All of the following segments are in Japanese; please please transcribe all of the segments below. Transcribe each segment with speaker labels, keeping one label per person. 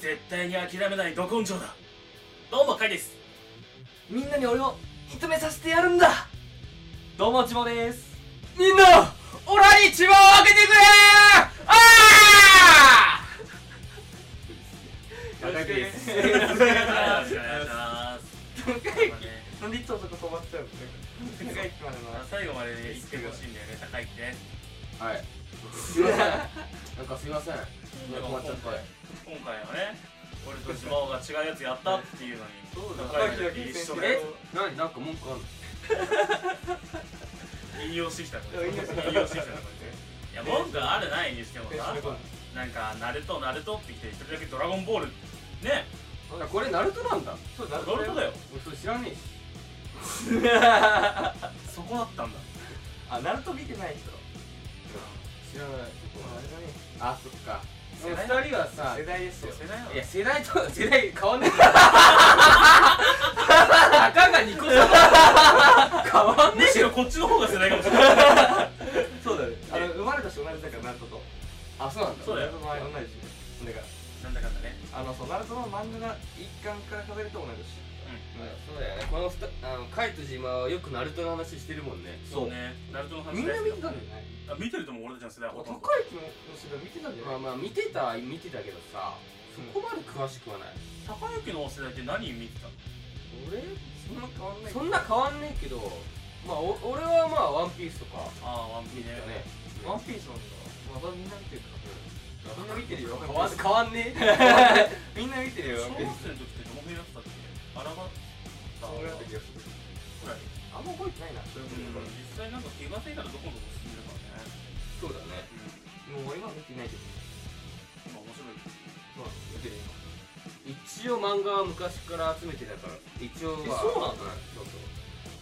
Speaker 1: 絶対に諦めないど根性だ
Speaker 2: どうもカイです
Speaker 3: みんなに俺を認めさせてやるんだ
Speaker 2: どうもちもです
Speaker 3: みんなオラに血をあげてくれああ
Speaker 2: 高木 です
Speaker 3: よろしくお願いします
Speaker 1: よろしくお願いします
Speaker 3: 高木
Speaker 1: まあね
Speaker 3: なんでいつもそこ止まっちゃうの高木まで
Speaker 1: まあ最後まで言ってほしいんだよね高い木ね
Speaker 4: はいすいませんなんかすいません困っちゃって
Speaker 1: 今回はね俺と島尾が違うやつやったっていうのに
Speaker 3: 高
Speaker 1: 高
Speaker 3: 木
Speaker 1: い
Speaker 3: だ
Speaker 1: 木
Speaker 3: け
Speaker 1: 一
Speaker 3: 一
Speaker 1: 緒
Speaker 3: 緒
Speaker 1: だよ
Speaker 3: で
Speaker 4: 何なんか文句あるの
Speaker 1: 引用してきたから
Speaker 3: いや
Speaker 1: 引
Speaker 3: 引
Speaker 1: 用
Speaker 3: 用
Speaker 1: し
Speaker 3: し
Speaker 1: きた
Speaker 3: ててきた
Speaker 1: からいや文句あるないにしてもさ
Speaker 3: え
Speaker 1: なんか「ナルトナルト」ってきて一人だけ「ドラゴンボール」ね
Speaker 4: あこれナルトなんだ
Speaker 3: そう
Speaker 1: ナ
Speaker 3: だ
Speaker 1: ルトだよ
Speaker 4: 俺それ知らねえし
Speaker 1: そこだったんだ
Speaker 3: あナルト見てない人
Speaker 4: 知らないそこ
Speaker 3: あ
Speaker 4: は
Speaker 3: れだね
Speaker 4: あそっか
Speaker 1: 世代
Speaker 4: 2人はさ
Speaker 3: 世代ですよ
Speaker 1: 世代はい
Speaker 4: や世代と 世代変わんねえからたかが2個差だ変わんね
Speaker 1: むしろこっちの方が世代かもしれない
Speaker 3: そうだねあの生まれたし同じだからナルトと
Speaker 4: あそうなんだ
Speaker 1: そうだよ
Speaker 3: ナルトの前同じだか
Speaker 1: なんだかんだね
Speaker 3: らあのそうナルトの漫画が一巻から数えると同じだし
Speaker 4: まあそうだよねこのふたあのカイとジマはよくナルトの話してるもんね
Speaker 1: そうねナルトの話
Speaker 4: みんな見てたんだよ
Speaker 3: ね
Speaker 1: あ見てると思う俺たちの世代はほと
Speaker 3: 高
Speaker 1: んど
Speaker 3: い気の世代見てたんじゃ
Speaker 4: ま
Speaker 3: な
Speaker 4: あ
Speaker 3: い
Speaker 4: まあ見てたは見てたけどさそこまで詳しくはない
Speaker 1: 高之の世代って何見てたの
Speaker 4: 俺
Speaker 3: そんな変わんない
Speaker 4: そんな変わんねえけどまあお俺はまあワンピースとか
Speaker 1: ああワンピ
Speaker 4: 見てた
Speaker 1: ね
Speaker 4: ね
Speaker 3: ワンピースなんだまだみんな見てるかみんな見てるよ
Speaker 4: 変わん変わんねえ
Speaker 3: みんな見てる
Speaker 1: 小
Speaker 3: よワ
Speaker 1: 学生
Speaker 3: ンピー
Speaker 1: の
Speaker 3: ス
Speaker 1: 時ってどの辺やってたっけアラバッタ
Speaker 3: そ
Speaker 1: ぐ
Speaker 3: う
Speaker 1: ら
Speaker 3: や
Speaker 1: い
Speaker 3: った気がする
Speaker 1: う
Speaker 3: あんま覚えてないなそれも
Speaker 1: ん実際なんか気がついたらどこのとこ進んでるからね
Speaker 4: そうだね
Speaker 3: もう今見てないけど
Speaker 1: 今面白い
Speaker 3: そう見てる今
Speaker 4: 一応漫画は昔から集めてたから一応は
Speaker 3: えそうなんだ
Speaker 4: そうそう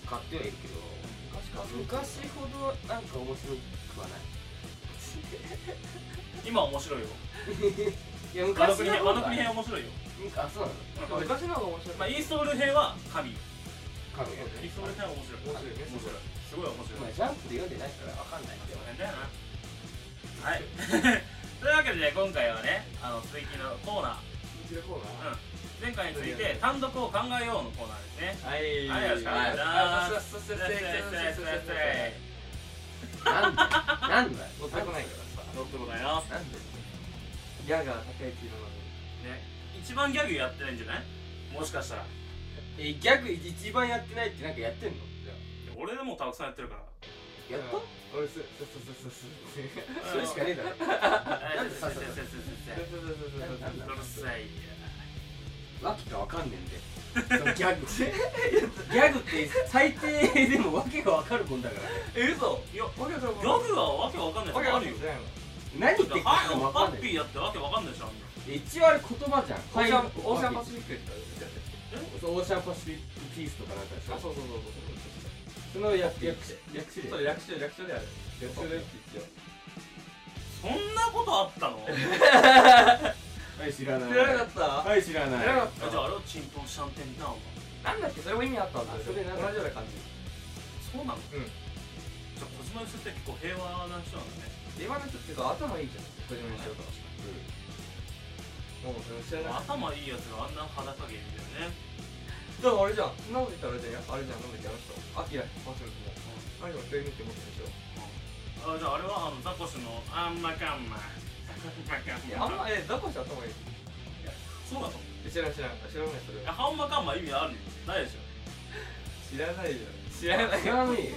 Speaker 4: 買ってはいるけど
Speaker 3: 昔から
Speaker 4: 昔ほどなんか面白くはない
Speaker 1: 今面白いよ
Speaker 4: いや
Speaker 1: ワノ
Speaker 4: 昔
Speaker 1: 国
Speaker 4: の
Speaker 1: 編
Speaker 4: 方
Speaker 1: ワ
Speaker 4: が
Speaker 1: ノ国編面白いよ
Speaker 4: あそうなの
Speaker 1: うん
Speaker 3: 昔の方が面白い
Speaker 1: まあインストール編は神イ
Speaker 4: 神
Speaker 1: ン
Speaker 4: が
Speaker 1: ストール編は面白い
Speaker 3: 面白いね
Speaker 1: 面白いすごい面白い
Speaker 4: まあジャンプで読んでないからわかんない
Speaker 1: その辺だよなはいというわけでね今回はねあの水木のコーナー
Speaker 3: うちの方が
Speaker 1: 前回について単独を考えようのコーナーですね
Speaker 3: は
Speaker 1: はい
Speaker 3: い
Speaker 1: よろしくお願いします
Speaker 4: なんだなんだ
Speaker 3: 乗ってこないからさ
Speaker 1: どうってことだよ
Speaker 4: なんだ
Speaker 3: ギャガー高いっていうのに
Speaker 1: ね一番ギャグやってないんじゃないもしかしたら
Speaker 4: えギャグ一番やってないってなんかやってんのじゃ
Speaker 1: 俺でもたくさんやってるから
Speaker 4: あやった
Speaker 3: 俺すすすすすす
Speaker 4: それしかねえだろ
Speaker 1: なん
Speaker 4: ん
Speaker 1: で
Speaker 4: で
Speaker 1: さ
Speaker 4: さ
Speaker 1: せ
Speaker 4: せ
Speaker 1: せ
Speaker 4: た
Speaker 1: せせせうるさいよ
Speaker 4: わけがわかんねえんだよそのギャグギャグって最低でもわけがわかるもんだから
Speaker 1: え嘘いや
Speaker 3: わけわかんない
Speaker 1: ギャグはわけわかんないやつあるよ
Speaker 4: 何言
Speaker 1: だっ
Speaker 4: って
Speaker 1: て
Speaker 4: る
Speaker 1: ハ
Speaker 4: かも
Speaker 1: ッ
Speaker 4: わかん
Speaker 1: ハ
Speaker 4: な
Speaker 1: ッ
Speaker 4: い
Speaker 1: ピーやってわけわかんないじゃん
Speaker 4: 一応あれ言葉じゃん
Speaker 3: オーシャン
Speaker 4: はい
Speaker 3: オーシャンパシフィック
Speaker 4: そうオーシャンパシフィックピースとかなんかでし
Speaker 3: あ
Speaker 4: ょ
Speaker 3: そうそうそう
Speaker 4: その略略略
Speaker 3: そう
Speaker 4: 詞
Speaker 3: そ
Speaker 4: で
Speaker 3: れ略称略称である略称でって一応
Speaker 1: そんなことあったのじ
Speaker 4: はい知らない
Speaker 3: 知らなかっ
Speaker 4: はい知ら
Speaker 3: た
Speaker 4: な
Speaker 3: 知
Speaker 4: い
Speaker 3: らなかっ
Speaker 1: ゃああれはチンポンシャンテンダウンは
Speaker 3: たなんだっけそれも意味あったんだよ
Speaker 4: あそれなんだ
Speaker 3: 同じような感
Speaker 1: そうなの
Speaker 3: じうん
Speaker 1: じゃあ小島よしって結構平和な人なんだね
Speaker 3: 今の人っていうか頭いいじゃん小島にしようかもうそれ知らない
Speaker 1: 頭いいやつがあんな裸芸みたいなね
Speaker 3: だからあれじゃんそんなこと言ったらあれじゃんあれじゃんなんだっけあの人アキラパシフィックもあれでも全員って思っ
Speaker 1: あ
Speaker 3: たでしょ
Speaker 1: じゃああれはあのザコシのあんまかんま
Speaker 3: いやあんま
Speaker 1: り
Speaker 3: えザコシ頭いい
Speaker 1: そうだと思う
Speaker 3: え知らない知らない知らないそれ
Speaker 1: いや
Speaker 3: は
Speaker 1: ハンマかんま意味あるよないでしょ
Speaker 3: 知らないじゃん知
Speaker 4: 知
Speaker 3: らない
Speaker 4: らね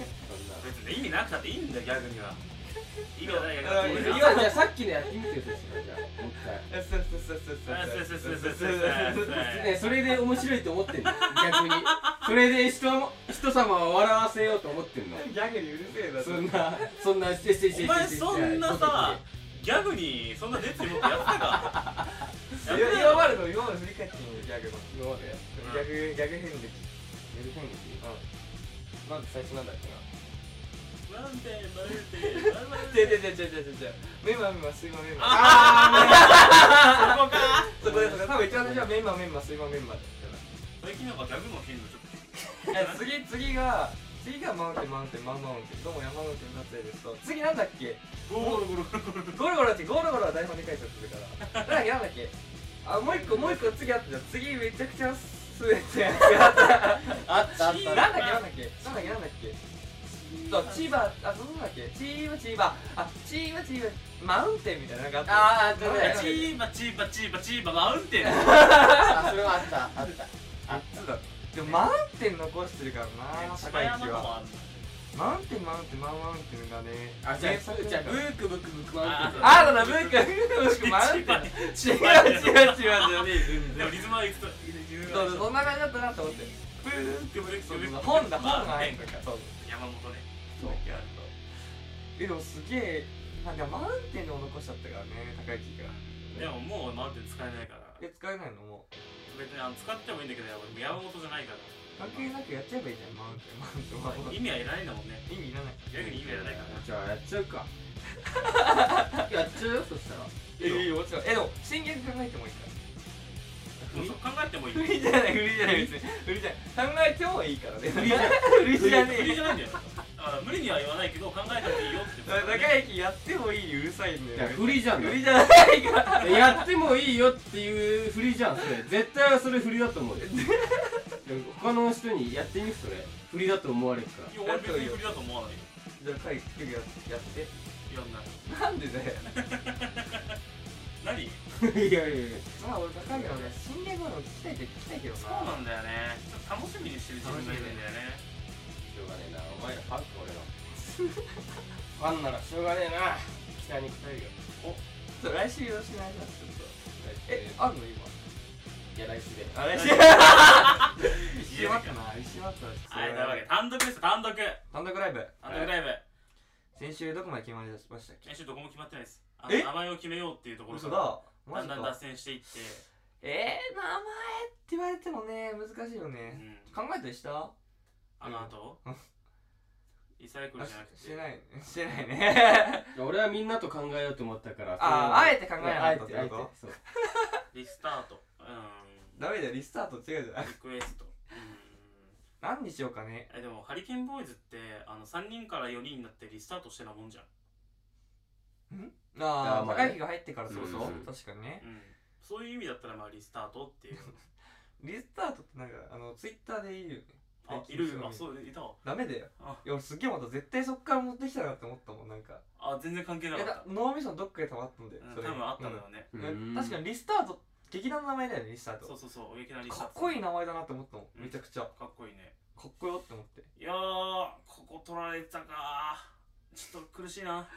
Speaker 4: えよ
Speaker 1: 別に意味なくたっていいんだよ逆には意味はないや
Speaker 3: いやいや
Speaker 4: そん
Speaker 1: 逆に
Speaker 4: な今じゃあさっきのやってみてよそれじゃあもう一回
Speaker 3: えすすすすすすすすすすす
Speaker 4: ね、それで面白いと思ってんの逆にそれで人も人様を笑わせようと思ってんの
Speaker 3: ギャグにうるせえな
Speaker 4: そんなそんなしてしてして
Speaker 1: お前そんなさギャグにそんな熱意持ってやってたかやってた
Speaker 3: 今までの今まで振り返ってみようギャグの
Speaker 4: 今までやる
Speaker 3: ギャグギャグ変歴
Speaker 4: 変ですまず最初なんだっけ
Speaker 1: なんでなんでなん
Speaker 3: 違う
Speaker 1: で
Speaker 3: 違う違う違う違うメンマメンマ水マメンマ
Speaker 1: そこか
Speaker 3: そこで多分一番最初はメンマメンマ水マメンマだか
Speaker 1: 最近なんかギャグの頻度ちょっ
Speaker 3: らえ次次が次がマウンテンマウンテンマンマウンテンどうも山マウンテンだったりですと次なんだっけ
Speaker 1: とゴールゴールゴール
Speaker 3: ゴロゴロってゴロゴロは台本で書いちゃってるからなんだっけなんだっけあもう一個もう一個次あったじゃん次めちゃくちゃすえてなん
Speaker 4: あったあった
Speaker 3: だっけなんだっけなんだっけなんだっけそう千葉あそうなんだっけチーム千葉あチームチームマウンテンみたいななんかあった
Speaker 4: あーあった
Speaker 3: なんだっ
Speaker 1: チ
Speaker 3: け
Speaker 1: ーバチーバチーバチーバマウンテン
Speaker 4: あそれはあったあったあっ
Speaker 3: そうだでもマウンテン残してるからな高
Speaker 1: 高
Speaker 3: い
Speaker 1: 山
Speaker 3: 木
Speaker 1: も
Speaker 3: は
Speaker 1: あんの
Speaker 3: マウンテンマウンテンマウンテンがね
Speaker 4: たあじゃあ
Speaker 3: 名作
Speaker 4: じゃあブークブークブークマウンテン
Speaker 3: あーそうだブークブークマウンテン違う
Speaker 1: で
Speaker 3: 違う違う違う
Speaker 1: もリズムはリズム
Speaker 3: そ
Speaker 1: は
Speaker 3: うそうそんな感じだったなと思って
Speaker 1: ブーンクブーンクブーンク
Speaker 3: 本だ本が
Speaker 1: まあ
Speaker 3: 入
Speaker 1: ね
Speaker 3: るとかそう
Speaker 1: 山本ね
Speaker 3: そう
Speaker 1: だけあると
Speaker 3: えでもすげえなんかマウンテンでも残しちゃったからね高い木が
Speaker 1: でももうマウンテン使えないから
Speaker 3: え使えないのもう
Speaker 1: 別にあの使ってもいいんだけど俺山本じゃないから
Speaker 3: 関係なくやっちゃえばいいじゃんマウンテンマウンテンマウンテ
Speaker 1: 意味はいらないんだもんね
Speaker 3: ン意味いらない
Speaker 1: 逆に意味はいらないから
Speaker 4: じゃあやっちゃうかやっちゃうよそしたら
Speaker 3: えいいよもちろんえでも新逆考えてもいいから
Speaker 1: もうそこ考えてもいい
Speaker 3: 振りじゃない振りじゃない別に振りじゃない考えてもいいからね振りじゃない振りじゃね
Speaker 1: 無理
Speaker 3: え
Speaker 1: じゃないんだよだから無理には言わないけど考えてもいいよって
Speaker 3: だから
Speaker 1: い
Speaker 3: 高い木やってもいいうるさいんだ
Speaker 4: い
Speaker 3: よ
Speaker 4: や
Speaker 3: ね
Speaker 4: 振りじゃん
Speaker 3: 振りじゃないから
Speaker 4: いややってもいいよっていう振りじゃんそれ絶対それ振りだと思うよ他の人にやってみそれ振りだと思われるか
Speaker 1: や
Speaker 4: ら
Speaker 1: 俺別に無理だと思わないよ
Speaker 3: じゃあ高い木やってやって
Speaker 1: いろんな
Speaker 3: なんでだよ
Speaker 1: 何
Speaker 4: いやいやいや
Speaker 3: まあ俺高いからね新逆は聞きたいって聞きたいけど
Speaker 1: そうな
Speaker 3: な
Speaker 1: んだよねちょっと楽しみにしてる自分がいるんだよね
Speaker 4: しょうがねえなお前らファンか俺らファンならしょうがねえな北に来たいよ
Speaker 3: ちょっと来週よろしくお願いしますちょっとえ
Speaker 4: え
Speaker 3: あんの今
Speaker 4: いや来週で
Speaker 3: あれ
Speaker 1: 来週
Speaker 3: 石松な石松は必要
Speaker 1: はいというわけで単独です単独単
Speaker 3: 単独ライブ
Speaker 1: 独ライブ
Speaker 3: 先週どこまで決まりましたっけ
Speaker 1: 先週どこも決まってないですあの
Speaker 3: え
Speaker 1: 名前を決めようっていうところ
Speaker 3: 嘘
Speaker 1: から
Speaker 3: だマ
Speaker 1: だ
Speaker 3: ジ
Speaker 1: んだん脱
Speaker 3: か
Speaker 1: 線していって
Speaker 3: えー、名前って言われてもね難しいよ
Speaker 1: う
Speaker 3: ね
Speaker 1: ん
Speaker 3: 考えたりした
Speaker 1: あの後リサイクルじゃなく
Speaker 3: して
Speaker 1: て
Speaker 3: ない ねしてないね
Speaker 4: いや俺はみんなと考えようと思ったから
Speaker 3: あーあえて考えなか
Speaker 4: あ
Speaker 3: っ
Speaker 4: え
Speaker 3: たってて
Speaker 4: あえて
Speaker 3: こと
Speaker 4: そう
Speaker 1: リスタートう
Speaker 3: ダメだよリスタート違うじゃ
Speaker 1: ー
Speaker 3: ん
Speaker 1: んリクエストうん
Speaker 3: 何にしようかね
Speaker 1: えでもハリケーンボーイズってあの3人から4人になってリスタートしてなもんじゃん
Speaker 3: あ
Speaker 4: あ
Speaker 3: あ
Speaker 4: ーまあね
Speaker 3: 高い日が入ってからそうそう
Speaker 4: うん
Speaker 3: 確かにね
Speaker 1: うんそういう意味だったらまあリスタートって いう
Speaker 3: リスタートってなんかあのツイッターでいるよね
Speaker 1: あいるあそういたわ
Speaker 3: ダメだよ
Speaker 1: あ
Speaker 3: いや俺すげえまた絶対そっから持ってきたなって思ったもんなんか
Speaker 1: あ全然関係なか
Speaker 3: え
Speaker 1: った
Speaker 3: だ脳みそのどっかで溜まったんだよ
Speaker 1: うん
Speaker 3: そ
Speaker 1: 多
Speaker 3: れ
Speaker 1: 分あったんだよね
Speaker 3: うん
Speaker 4: うん
Speaker 3: 確かにリスタート劇団の名前だよねリスタート
Speaker 1: そうそうそういきなりリスタ
Speaker 3: か
Speaker 1: ー
Speaker 3: っ
Speaker 1: ト
Speaker 3: こいい名前だなって思ったも
Speaker 1: うん
Speaker 3: んめちゃくちゃか
Speaker 1: かっこいいね
Speaker 3: っこよって思って
Speaker 1: いやーここ取られたかーちょっと苦しいな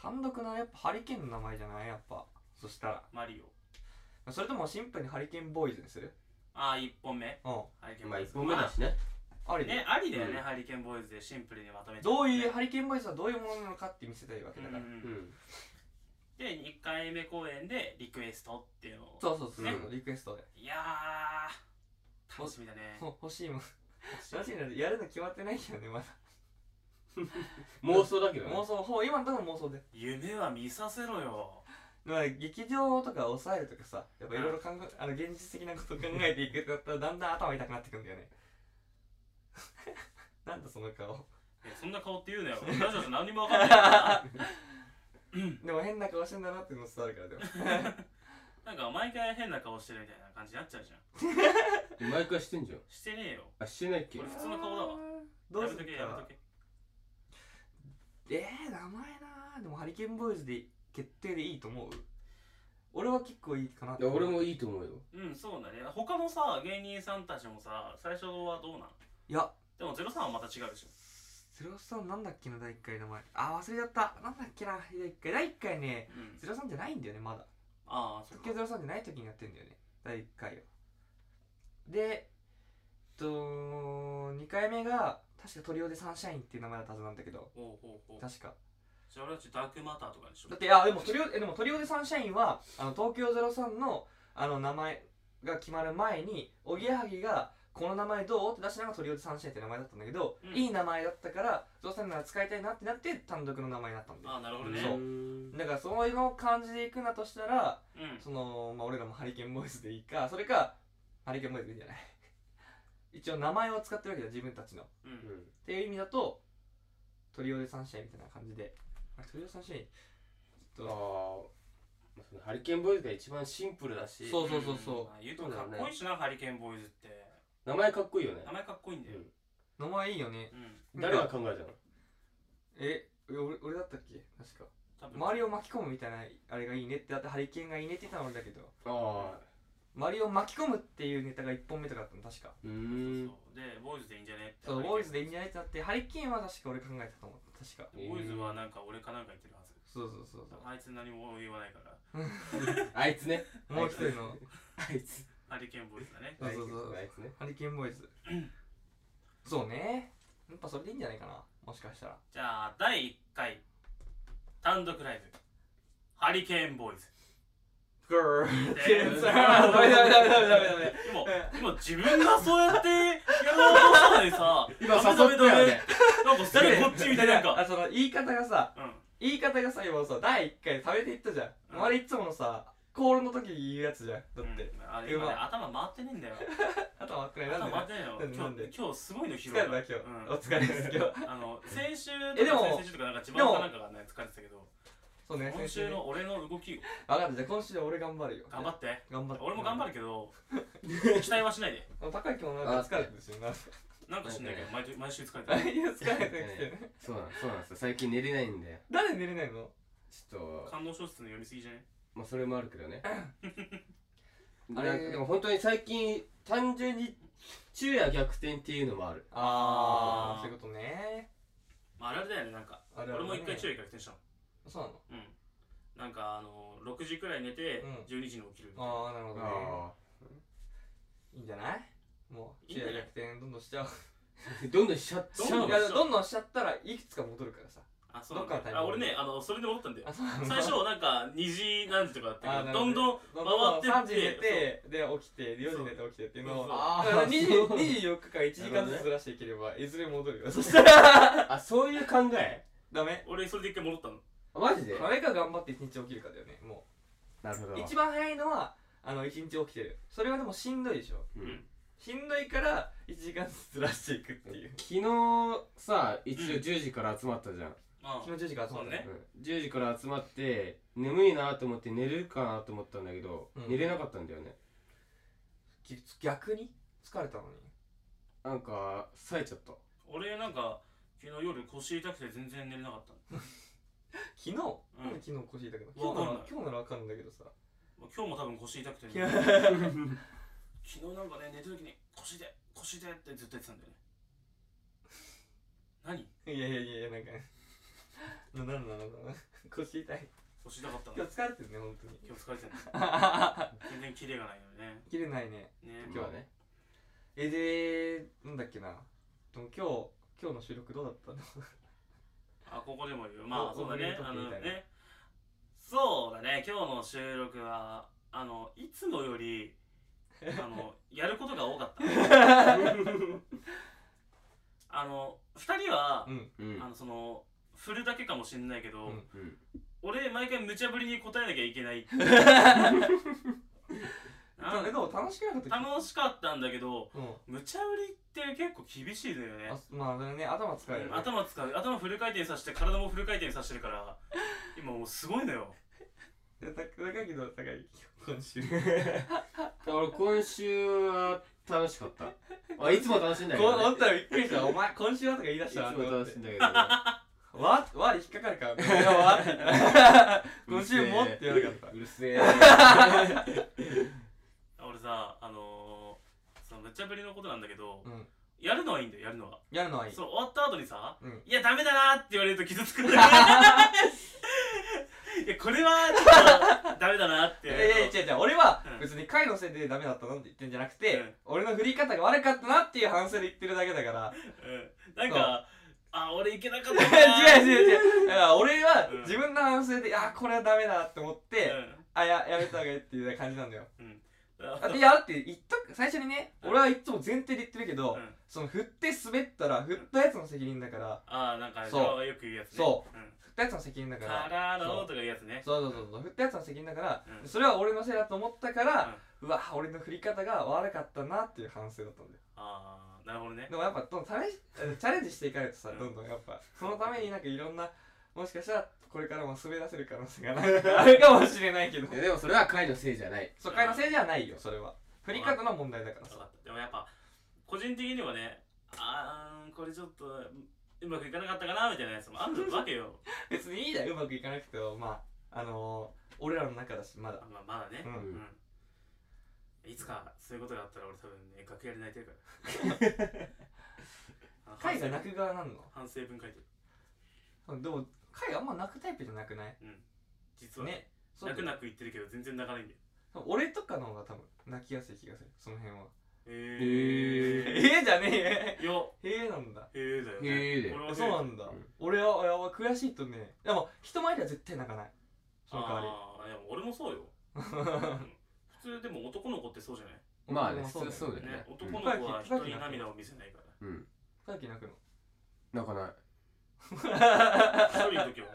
Speaker 3: 単独なやっぱハリケーンの名前じゃないやっぱそしたら
Speaker 1: マリオ
Speaker 3: それともシンプルにハリケーンボーイズにする
Speaker 1: あー1本目
Speaker 3: うん
Speaker 1: ハリケーンボ
Speaker 4: まあ
Speaker 1: ーイズ
Speaker 4: 1本目だしね
Speaker 3: ありだよ
Speaker 1: ねありだよね、
Speaker 4: うん
Speaker 1: ハリケーンボーイズでシンプルにまとめて
Speaker 3: どういうハリケーンボーイズはどういうものなのかって見せたいわけだから
Speaker 1: うんうん
Speaker 4: う
Speaker 1: うん
Speaker 4: ん
Speaker 1: で2回目公演でリクエストっていうのを
Speaker 3: そうそうそう
Speaker 1: ね
Speaker 3: リクエストで
Speaker 1: いやー楽しみだね
Speaker 3: ほ欲しいもん
Speaker 1: 楽
Speaker 3: 楽
Speaker 1: し
Speaker 3: しいのやるの決まってないけどねまだ
Speaker 4: 妄想だけどね
Speaker 3: 妄想ほう今のところ妄想で
Speaker 1: み夢は見させろよ
Speaker 3: まあ、劇場とか抑えるとかさやっぱいろいろ考えあの現実的なことを考えていくだったらだんだん頭痛くなってくんだよね なんだその 顔
Speaker 1: いやそんな顔って言うなよラジオじゃ何にもわかんないから
Speaker 3: でも変な顔してんだなっていうの伝わるからでも
Speaker 1: ななんか毎回変な顔してるみたいな感じになっちゃうじゃん
Speaker 4: 毎回してんじゃん
Speaker 1: してねえよ
Speaker 4: あしてないっけ
Speaker 1: 俺普通の顔だわ
Speaker 3: どう
Speaker 1: や
Speaker 3: す
Speaker 1: めと
Speaker 3: る
Speaker 1: けやめと
Speaker 3: か
Speaker 1: け
Speaker 3: えー、名前なーでもハリケーンボーイズで決定でいいと思う俺は結構いいかなっ
Speaker 4: い
Speaker 3: て
Speaker 4: や
Speaker 3: 思う
Speaker 4: 俺もいいと思うよ
Speaker 1: うんそうだね他のさ芸人さんたちもさ最初はどうなん
Speaker 3: いや
Speaker 1: でもゼロさんはまた違うでしょ
Speaker 3: ゼロさんなんだっけな第1回の名前あー忘れちゃったなんだっけな第1回第1回ね
Speaker 1: うん
Speaker 3: ゼロさんじゃないんだよねまだ
Speaker 1: ああそっ
Speaker 3: 特許
Speaker 1: か
Speaker 3: ゼロさんじゃない時にやってんだよね第1回はでえっと2回目が確かトリオでサンシャインっていう名前だったはずなんだけど
Speaker 1: ほうほうほう
Speaker 3: 確か
Speaker 1: じゃあ俺たちダークマターとかでしょ
Speaker 3: だってあでもトリオえでもトリオでサンシャインはあの東京ゼロさんのあの名前が決まる前におぎやはぎがこの名前どうって出したのがトリオでサンシャインって名前だったんだけど、
Speaker 1: うん
Speaker 3: いい名前だったからゾウさんなら使いたいなってなって単独の名前になったんだよ
Speaker 1: ああなるほどね
Speaker 3: そうだからそういうのを感じでいくなとしたら
Speaker 1: うん
Speaker 3: その、まあ、俺らもハリケーンボーイズでいいか、それか、ハリケーンボーイズでいいんじゃ ない一応名前を使ってるわけだ、自分たちの。っ
Speaker 1: う
Speaker 4: うんん
Speaker 3: ていう意味だと、トリオでサンシャインみたいな感じで。あトリオでサンシャイン
Speaker 4: あそのハリケーンボーイズが一番シンプルだし
Speaker 3: そうそうそうそ
Speaker 1: んゆうとかっこいいしな、ハリケーンボーイズって
Speaker 4: 名前かっこいいよね
Speaker 1: 名前かっこいいんだよ
Speaker 3: う名前いいよね
Speaker 1: うん
Speaker 4: 誰が考えたの
Speaker 3: え俺俺だったっけ確か
Speaker 1: 多分
Speaker 3: 周りを巻き込むみたいなあれがいいねってだってハリケーンがいいねって言ったの俺だけど
Speaker 4: ああ
Speaker 3: 周りを巻き込むっていうネタが1本目とかだったの確か
Speaker 4: うー
Speaker 1: そうんそうでボーイズでいいんじゃねって
Speaker 3: そ
Speaker 1: ハリ
Speaker 3: う
Speaker 1: ケ
Speaker 3: ボーイズでいいんじゃないってなってハリケーンは確か俺考えたと思った確か
Speaker 1: ンボーイズはなんか俺かなんか言ってるはず
Speaker 3: そうそうそうそう
Speaker 1: あいつ何も言わないから
Speaker 4: あい つね
Speaker 3: もう一人の
Speaker 4: あいつ
Speaker 1: ハリケーンボーイズだね
Speaker 3: そうそうそう
Speaker 4: あいつね
Speaker 3: ハリケーンボーイズそうねやっぱそれでいいんじゃないかなもしかしたら
Speaker 1: じゃあ第1回単独ライブハリケーンボーイズ
Speaker 3: グーっ
Speaker 1: えー
Speaker 3: てさダメダメダメダメダメダメ
Speaker 1: で も今自分がそうやってやろうとしたのにさ
Speaker 4: 今
Speaker 1: ダメ
Speaker 4: 誘っ
Speaker 1: ダメ
Speaker 4: た
Speaker 1: ダメ
Speaker 4: よね
Speaker 1: なんか誰こっちみたいななんか
Speaker 3: あその言い方がさ
Speaker 1: うん
Speaker 3: 言い方がさ今さ第1回食べていったじゃん、
Speaker 1: うん
Speaker 3: あれいつものさコールの時言うやつじゃんだって、
Speaker 1: うんあれ今ね
Speaker 3: 今
Speaker 1: 頭回ってねえん だよ
Speaker 3: 頭悪くないなん
Speaker 1: 頭
Speaker 3: で
Speaker 1: 回っ
Speaker 3: だ
Speaker 1: てねえよ
Speaker 3: なんで
Speaker 1: 今
Speaker 3: なんで
Speaker 1: 日今日すごいの拾
Speaker 3: 疲
Speaker 1: う
Speaker 3: れた
Speaker 1: な
Speaker 3: 今日、
Speaker 1: うん
Speaker 3: お疲れです 今日
Speaker 1: あの先週と
Speaker 3: えで
Speaker 1: か
Speaker 3: も
Speaker 1: 先々週とかなんか自分
Speaker 3: でも
Speaker 1: かなんかがね疲れてたけど
Speaker 3: そうね
Speaker 1: 今週の俺の動き
Speaker 3: 分かったじゃあ今週は俺頑張るよ
Speaker 1: 頑張って
Speaker 3: 頑張って
Speaker 1: 俺も頑張
Speaker 3: る
Speaker 1: るけ ど期待はしないで
Speaker 3: 高い気もなんか疲れてるしな
Speaker 1: なんかしんないけど毎週毎週疲れてる
Speaker 3: いや疲れてきてね
Speaker 4: そうなんそうなんですよ最近寝れないんで
Speaker 3: 誰寝れないの
Speaker 4: ちょっと
Speaker 1: 感動小説の読みすぎじゃね
Speaker 4: まあそれもあるけどね
Speaker 3: あ
Speaker 4: あ
Speaker 3: れ
Speaker 4: れでも本当に最近単純に昼夜逆転っていうのもある
Speaker 1: あ
Speaker 3: あー
Speaker 1: ー
Speaker 3: そういうことね
Speaker 1: まああれだよねなんか
Speaker 3: あれ
Speaker 1: 俺も一回
Speaker 3: 中
Speaker 1: 昼夜逆転したの
Speaker 3: そうなの
Speaker 1: うんなんかあの6時くらい寝て
Speaker 3: うん
Speaker 1: 12時に起きるみたいな
Speaker 3: ああなるほどねいいんじゃないもう
Speaker 1: いいんじ
Speaker 3: 昼
Speaker 1: ゃ
Speaker 3: 夜
Speaker 1: ない
Speaker 3: 逆転どんどんしちゃおう
Speaker 4: あどんどんしちゃっ
Speaker 1: どん
Speaker 4: ちゃ
Speaker 1: ど
Speaker 4: うん
Speaker 3: いやどんどんしちゃったらいくつか戻るからさ
Speaker 1: あそうなん
Speaker 3: どっかのタイミン
Speaker 1: だ
Speaker 3: グ
Speaker 1: あ俺ねあのそれで戻ったんだ よ
Speaker 3: あそうなの
Speaker 1: 最初なんか2時何時とかだった
Speaker 3: あ
Speaker 1: け
Speaker 3: な
Speaker 1: どど
Speaker 3: るほど
Speaker 1: んどん回
Speaker 3: 3
Speaker 1: って
Speaker 3: 時に
Speaker 1: っ
Speaker 3: 寝
Speaker 1: て
Speaker 3: てで起きてで4時に寝て起きてっていうの
Speaker 1: そ
Speaker 3: を
Speaker 1: う
Speaker 3: だ
Speaker 4: あ
Speaker 3: から 20-
Speaker 4: そう
Speaker 3: 24日から1時間ずつずらしていければいずれ戻るよそしたら
Speaker 4: あそういう考え
Speaker 3: ダメ
Speaker 1: 俺それで一回戻ったの
Speaker 4: あマジで
Speaker 3: ダメか頑張って1日起きるかだよねも
Speaker 4: なるほ
Speaker 3: う一番早いのはあの1日起きてるそれはでもしんどいでしょ
Speaker 4: うん
Speaker 3: しんどいから1時間ずつずらしていくっていう
Speaker 4: 昨日さ一応
Speaker 1: うん
Speaker 4: 10時から集まったじゃん、
Speaker 1: あ
Speaker 3: 昨日10時からそう
Speaker 1: そうね
Speaker 4: うん10時から集まって眠いなと思って寝るかなと思ったんだけど、
Speaker 3: うん
Speaker 4: 寝れなかったんだよね
Speaker 3: き逆に疲れたのに
Speaker 4: なんか冴えちゃった
Speaker 1: 俺なんか昨日夜腰痛くて全然寝れなかったの
Speaker 3: 昨日、なんで昨日腰痛くなった今日な
Speaker 1: わからんない
Speaker 3: 今日ならわかるんだけどさ
Speaker 1: まあ今日も多分腰痛くて
Speaker 3: いや
Speaker 1: ね 昨日なんかね寝てる時に腰で腰でってずっと言ってたんだよね何
Speaker 3: いやいやいやなんかななんなのかな腰痛い
Speaker 1: 腰痛かったの
Speaker 3: 今日疲れてるね本 当に
Speaker 1: 今日疲れてる全然キレがないよね
Speaker 3: 切れないね
Speaker 1: ね
Speaker 3: 今日
Speaker 4: 今日はね
Speaker 3: えでなんだっけなでも今日今日の収録どうだったの
Speaker 1: あここでも言うまあ
Speaker 3: お
Speaker 1: そうだね
Speaker 3: お
Speaker 1: あ
Speaker 3: 俺の
Speaker 1: の
Speaker 3: 時みたいな
Speaker 1: ねそうだね今日の収録はあのいつもよりあ のやることが多かったあの2人は、
Speaker 3: うん
Speaker 4: うん
Speaker 1: あのその振るだけかもしれないけど、
Speaker 3: うん
Speaker 4: うん
Speaker 1: 俺毎回無茶ぶりに答えなきゃいけ ないな
Speaker 3: え
Speaker 1: ん
Speaker 3: でも楽しくなかった
Speaker 1: 楽しかったんだけど
Speaker 3: うん
Speaker 1: 無茶ぶりって結構厳しいのよね
Speaker 3: あまあそれね頭使える、ね、
Speaker 1: 頭使う頭フル回転させて体もフル回転させてるから今もうすごいのよ
Speaker 3: でた高木の高木 今週
Speaker 4: 俺今週は楽しかった あいつも楽しいんだけ
Speaker 3: こ
Speaker 4: ど、
Speaker 3: 思
Speaker 4: ね、
Speaker 3: ったらびっくりしたお前今週はとか言い出
Speaker 4: い
Speaker 3: し
Speaker 4: つ
Speaker 3: た
Speaker 4: も
Speaker 3: なと思っ
Speaker 4: 楽
Speaker 3: て
Speaker 4: しいんだけど、ね、
Speaker 3: わわで引っかかるか らいやわって言った今週もって言わなかった
Speaker 4: うるせえ
Speaker 1: 俺さあのー、その無茶ぶりのことなんだけど、
Speaker 3: うん
Speaker 1: やるのはいいんだよやるのは、
Speaker 3: やるのはいい
Speaker 1: そう終わった後にさ
Speaker 3: うん
Speaker 1: 「いやダメだな」って言われると傷 つくんだよねいやこれはちょっとダメだなって
Speaker 3: い
Speaker 1: 言
Speaker 3: や
Speaker 1: われる
Speaker 3: いや
Speaker 1: と
Speaker 3: 違う違う俺は
Speaker 1: うん
Speaker 3: 別に回のせいでダメだったのって言ってんじゃなくて、
Speaker 1: うん
Speaker 3: 俺の振り方が悪かったなっていう反省で言ってるだけだから
Speaker 1: うんなんかあ俺いけなかったな
Speaker 3: 違う違う違うだから俺は
Speaker 1: うん
Speaker 3: 自分の反省であこれはダメだって思って、
Speaker 1: うん
Speaker 3: あややめた方がいいっていう感じなんだよ
Speaker 1: だか
Speaker 3: だっ
Speaker 1: ら
Speaker 3: ていやだって言った最初にね
Speaker 1: うん
Speaker 3: 俺はいつも前提で言ってるけど、
Speaker 1: うん
Speaker 3: その振って滑ったら振ったやつの責任だから
Speaker 1: ああなんか
Speaker 3: そう
Speaker 1: よく言うやつね、
Speaker 3: そう
Speaker 1: ん、
Speaker 3: 振ったやつの責任だから
Speaker 1: タラローとか言うやつね
Speaker 3: そうそうそうそう振ったやつの責任だから、
Speaker 1: うん
Speaker 3: それは俺のせいだと思ったから、うわ俺の振り方が悪かったなっていう反省だったんだよ
Speaker 1: ああなるほどね
Speaker 3: でもやっぱどんどん試しチャレンジしていかないとさ
Speaker 1: うん
Speaker 3: どんどんやっぱそのためになんかいろんなもしかしたらこれからも滑らせる可能性 がなんかあるかもしれないけど
Speaker 4: いやでもそれは回のせいじゃない
Speaker 3: 疎開のせいではないよそれは振り方の問題だから
Speaker 1: そう
Speaker 3: さ
Speaker 1: だったでもやっぱ個人的にはねあーこれちょっとうまくいかなかったかなみたいなやつもあるわけ よ
Speaker 3: 別にいいだようまくいかなくてもまああのー、俺らの中だしまだ
Speaker 1: あまあまだね
Speaker 3: うん
Speaker 1: うんいつかそういうことがあったら俺多分ね楽屋で泣いてるから
Speaker 3: 海が泣く側なんの
Speaker 1: 反省文書いてる
Speaker 3: でも海あんま泣くタイプじゃなくない
Speaker 1: 実はね
Speaker 3: ねそう
Speaker 1: 泣く泣く言ってるけど全然泣かないんだよ
Speaker 3: 俺とかの方が多分泣きやすい気がするその辺は
Speaker 1: へ
Speaker 3: ええじゃね
Speaker 1: えー、よ
Speaker 3: えへえなんだ
Speaker 1: へえだよね
Speaker 4: へえだよ
Speaker 1: 俺はね
Speaker 3: そうなんだ、
Speaker 4: うん
Speaker 3: 俺はやば悔しいとねでも人前では絶対泣かないその代わり
Speaker 1: ああでも俺も そうようん普通でも男の子ってそうじゃない
Speaker 4: まあね
Speaker 3: まあ
Speaker 4: 普通
Speaker 3: そ
Speaker 4: そうう
Speaker 3: だ
Speaker 4: だ
Speaker 3: よ
Speaker 4: よ
Speaker 1: ね
Speaker 4: ね、
Speaker 1: 男の子は人に涙を見せないか
Speaker 4: うん
Speaker 3: 深き泣くの
Speaker 4: 泣かない
Speaker 1: ら 一人の時は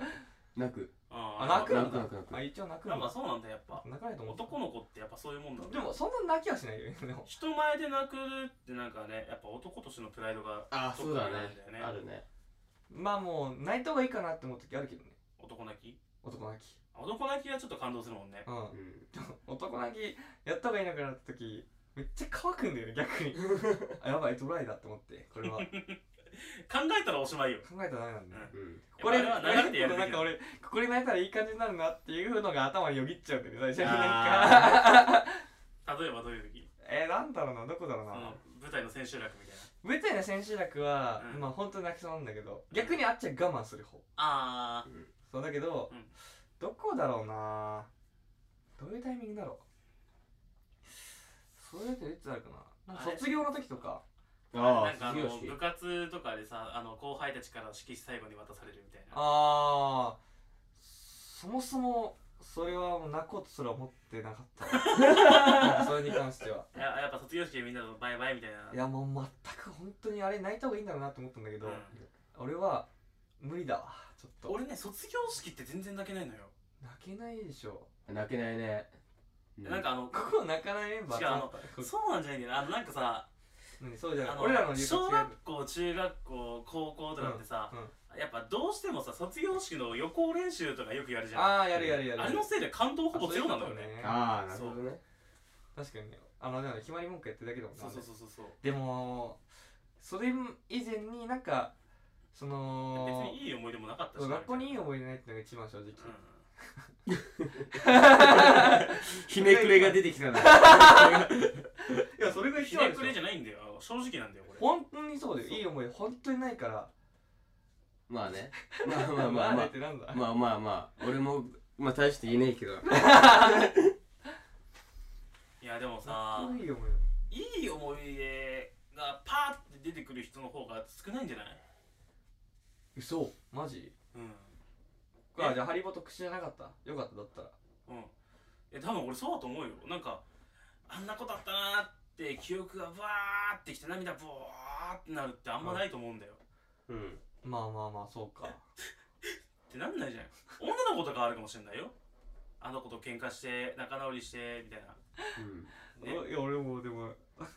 Speaker 4: 泣く
Speaker 1: あ
Speaker 3: あ
Speaker 1: ー
Speaker 3: 泣くん
Speaker 4: 泣
Speaker 3: だ
Speaker 4: く泣く
Speaker 3: あ一応泣くん
Speaker 1: やっぱ
Speaker 3: だ
Speaker 1: そうなんだやっぱ
Speaker 3: 泣かないと思う
Speaker 1: 男の子ってやっぱそういうもんだ
Speaker 3: でもそんな泣きはしないよねでも
Speaker 1: 人前で泣くってなんかねやっぱ男としてのプライドが
Speaker 4: あ
Speaker 1: そうだねある
Speaker 4: ね
Speaker 3: まあもう泣いた方がいいかなって思う時あるけどね
Speaker 1: 男泣き
Speaker 3: 男泣き
Speaker 1: 男泣きはちょっと感動するもんね
Speaker 3: うん
Speaker 4: うん
Speaker 3: 男泣きやった方がいいのかなって時めっちゃ乾くんだよね逆 にあやばいドライだと思ってこれは考
Speaker 1: 考えたらおしまいよ
Speaker 3: えたらダメなんだね、
Speaker 4: うん
Speaker 3: これ
Speaker 1: やっぱあれは流れてやるべ
Speaker 3: なん
Speaker 1: き
Speaker 3: か
Speaker 1: だ
Speaker 3: 俺ここで泣いたらいい感じになるなっていうのが頭によぎっちゃうんだよね最初になんか
Speaker 1: あー例えばどういう時
Speaker 3: えー、なんだろうなどこだろう
Speaker 1: そ
Speaker 3: な、
Speaker 1: の舞台の千秋楽みたいな
Speaker 3: 舞台の千秋楽は、
Speaker 1: うん
Speaker 3: まあ本当に泣きそうなんだけど逆にあっちは我慢する方
Speaker 1: あ
Speaker 3: そうだけど、
Speaker 1: うん
Speaker 3: どこだろうなどういうタイミングだろうそういうのっていつあるかななんか
Speaker 1: あれ
Speaker 3: 卒業の時とか
Speaker 1: あ
Speaker 4: あ
Speaker 1: なんか
Speaker 4: あ
Speaker 1: あ
Speaker 4: 卒業
Speaker 1: の
Speaker 4: 式
Speaker 1: 部活とかでさあの後輩たちから色紙最後に渡されるみたいな
Speaker 3: あーそもそもそれはもう泣こうとすら思ってなかっ たそれに関しては
Speaker 1: ややっぱ卒業式でみんなのバイバイみたいない
Speaker 3: やもう全く本当にあれ泣いた方がいいんだろうなと思ったんだけど、
Speaker 1: うん
Speaker 3: 俺は無理だわちょっと
Speaker 1: 俺ね卒業式って全然泣けないのよ、
Speaker 3: 泣けないでしょ
Speaker 4: 泣けないねう
Speaker 1: なんかあの
Speaker 3: ここは泣かないメンバー
Speaker 1: 違うあの
Speaker 3: ここ
Speaker 1: そうなんじゃないんだよなあのなんかさ
Speaker 3: 何そうじゃない
Speaker 1: あの
Speaker 3: 俺らの理由
Speaker 1: 小
Speaker 3: が違う
Speaker 1: 学校中学校高校とかってさ、
Speaker 3: うん
Speaker 1: やっぱどうしてもさ卒業式の予行練習とかよくやるじゃんあ
Speaker 3: ああやるやるやる
Speaker 1: れのせいで感動ほぼゼロなんだよ
Speaker 3: あそう
Speaker 1: ね
Speaker 3: いうこと
Speaker 4: ああなるほどね
Speaker 3: 確かにねあのでもね決まり文句やってるだけだもんな
Speaker 1: そうそうそうそうそう
Speaker 3: でもそれ以前になんかその
Speaker 1: 別にいい思い出もなかったし
Speaker 3: そう学校にいい
Speaker 1: い、
Speaker 3: 思い出ないってのが一番正直、
Speaker 1: うん、
Speaker 4: ひねくれが出てきたな
Speaker 3: いやそれが
Speaker 1: ひねくれじゃないんだよ正直なんだよこ
Speaker 3: 本当にそうだよいい思い本当にないから
Speaker 4: まあねまあま
Speaker 3: ま
Speaker 4: あまあま
Speaker 3: あねっ
Speaker 4: あ
Speaker 3: てなんだ、
Speaker 4: まあまあまあ俺もまあ大して言えないけど
Speaker 1: れいやでもさ
Speaker 3: あいい思い
Speaker 1: いい思い出がパーって出てくる人の方が少ないんじゃない
Speaker 3: 嘘マジ
Speaker 1: うん
Speaker 3: あじゃあハリボと口じゃなかったよかっただったら
Speaker 1: うんえ多分俺そうだと思うよなんかあんなことあったなーって記憶がバーってきて涙ブワーってなるってあんまないと思うんだよ、
Speaker 4: うん
Speaker 3: まあまあまあそうか
Speaker 1: ってなんないじゃん女の子とかはあるかもしれないよあの子と喧嘩して仲直りしてみたいな
Speaker 4: うん
Speaker 1: ね
Speaker 3: おいや俺もでも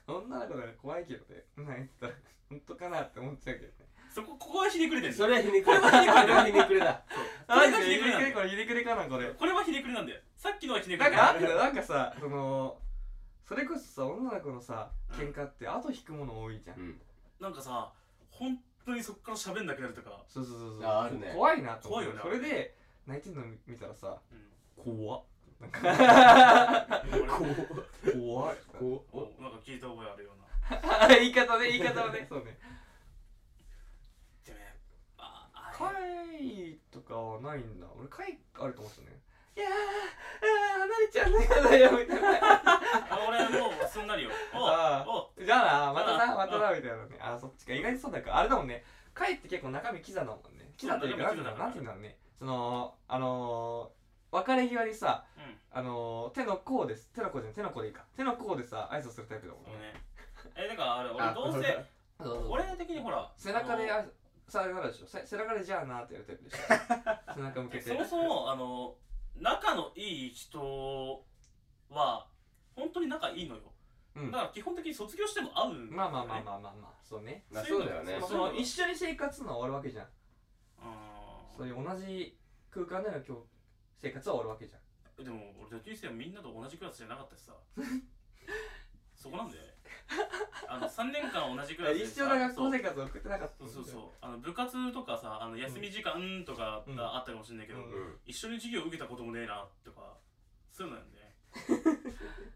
Speaker 3: 女の子だから怖いけどねなん言ったら本当かなって思っちゃうけどね
Speaker 1: そこここはひねくれてるんだ
Speaker 4: そ
Speaker 1: よ
Speaker 4: れはひねくれだそれはひねくれだ
Speaker 1: これがひ
Speaker 3: ひ
Speaker 1: ね
Speaker 3: ね
Speaker 1: く
Speaker 3: く
Speaker 1: れ
Speaker 3: れ
Speaker 1: な
Speaker 3: なん
Speaker 1: だよ
Speaker 3: んこれひねくれかなこれ
Speaker 1: これはひねくれなんだよさっきのはひねく
Speaker 3: な
Speaker 1: れ
Speaker 3: んかあ
Speaker 1: ん
Speaker 3: ん
Speaker 1: だ
Speaker 3: だ
Speaker 1: よ
Speaker 3: よなんかさそのそれこそさ女の子のさ喧嘩って後引くもの多いじゃん、
Speaker 4: うん
Speaker 1: なんかさ本当にそっから喋んなくなるとか
Speaker 3: そうそうそうそう
Speaker 4: ああるね
Speaker 3: 怖いなと思って
Speaker 1: 怖いよな
Speaker 3: それで泣いてんの見たらさ
Speaker 1: うん
Speaker 4: 怖っ
Speaker 3: なんか
Speaker 1: 俺
Speaker 4: 怖っ
Speaker 3: 怖い
Speaker 4: 怖っ
Speaker 1: おなんか聞いた覚えあるような
Speaker 3: 言い方ね言い方はね そうね
Speaker 1: でもねああれ
Speaker 3: 会とかはないんだ俺会あると思ってたねいやーあー離れちゃうんだよみたいな
Speaker 1: あ俺はもうすんなりよ
Speaker 3: あー
Speaker 1: おお
Speaker 3: じゃあなまた
Speaker 1: あ
Speaker 3: なまたなみたいなねあーそっちか意外とそうだかあれだもんね会って結構中身キザだもんねキザという
Speaker 1: そ
Speaker 3: かな
Speaker 1: うん
Speaker 3: てい
Speaker 1: 中身キザ
Speaker 3: う
Speaker 1: だ
Speaker 3: の
Speaker 1: から
Speaker 3: なんていうんだろうねそのあのー、別れ際にさ
Speaker 1: うん
Speaker 3: あのー、手の甲です手の甲じゃない手の甲でいいか手の甲でさ挨拶するタイプだもん
Speaker 1: そう
Speaker 3: ね
Speaker 1: ねえだからあれ
Speaker 4: あ
Speaker 1: 俺どうせ
Speaker 3: そうそうそう
Speaker 1: 俺的にほら
Speaker 3: 背中で
Speaker 1: あの
Speaker 3: あさあれなんでしょせ背中でじゃあなーってやるタイプでしょ 背中向けて
Speaker 1: そもそもあの仲のいい人は本当に仲いいのよ、
Speaker 3: うん
Speaker 1: だから基本的に卒業しても会うんだよね
Speaker 3: まあまあまあまあまあまあそうね
Speaker 4: まあそうだよね
Speaker 1: そう
Speaker 3: その一緒に生活のは終わるわけじゃん
Speaker 1: あー
Speaker 3: そういう同じ空間での今日生活は終わるわけじゃん
Speaker 1: でも俺同級生はみんなと同じクラスじゃなかった しさそこなんだよねあの3年間同じクラスで
Speaker 3: 一緒の学校生活を送ってなかった
Speaker 1: そうそうそうそうあの部活とかさあの休み時間とか
Speaker 3: うん
Speaker 1: があったかもしれないけど、
Speaker 3: うん
Speaker 1: 一緒に授業受けたこともねえなとかそういうのなんで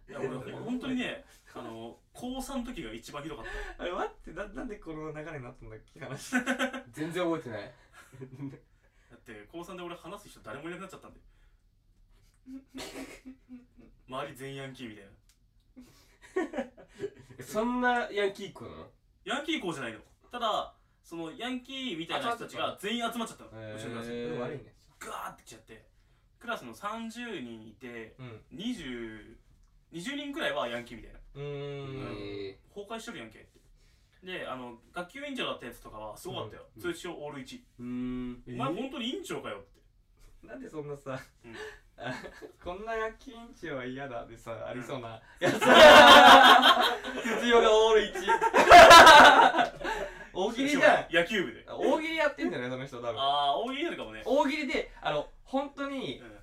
Speaker 1: いや俺本当にねあの高3の時が一番ひどかった
Speaker 3: あれ待ってななんでこの流れになったんだっけ話
Speaker 4: 全然覚えてない
Speaker 1: だって高3で俺話す人誰もいなくなっちゃったんで周り全ヤンキーみたいな
Speaker 4: そんなヤンキーっ子なの
Speaker 1: ヤンキー校じゃないのただそのヤンキーみたいな人たちが全員集まっちゃったの
Speaker 4: へー
Speaker 1: うちのクラスに
Speaker 4: えー
Speaker 3: 悪いね
Speaker 1: ガーって来ちゃってクラスの30人いて
Speaker 3: うん
Speaker 1: 2020人くらいはヤンキーみたいな
Speaker 3: うーん
Speaker 4: え
Speaker 1: 崩壊しとるやんけってであの学級委員長だったやつとかはすごかったよ、
Speaker 4: うん
Speaker 1: 通称オール1、
Speaker 4: ーうーん
Speaker 1: お前本当に委員長かよって
Speaker 3: なんでそんなさ、
Speaker 1: うん
Speaker 3: こんな夜勤長は嫌だでさありそ うなやつ必要がオール1大喜利じ ゃん
Speaker 1: 野球部で
Speaker 3: 大喜利やってんだよねその人多分
Speaker 1: ああ大喜利やるかもね
Speaker 3: 大喜利であの本当に
Speaker 1: うん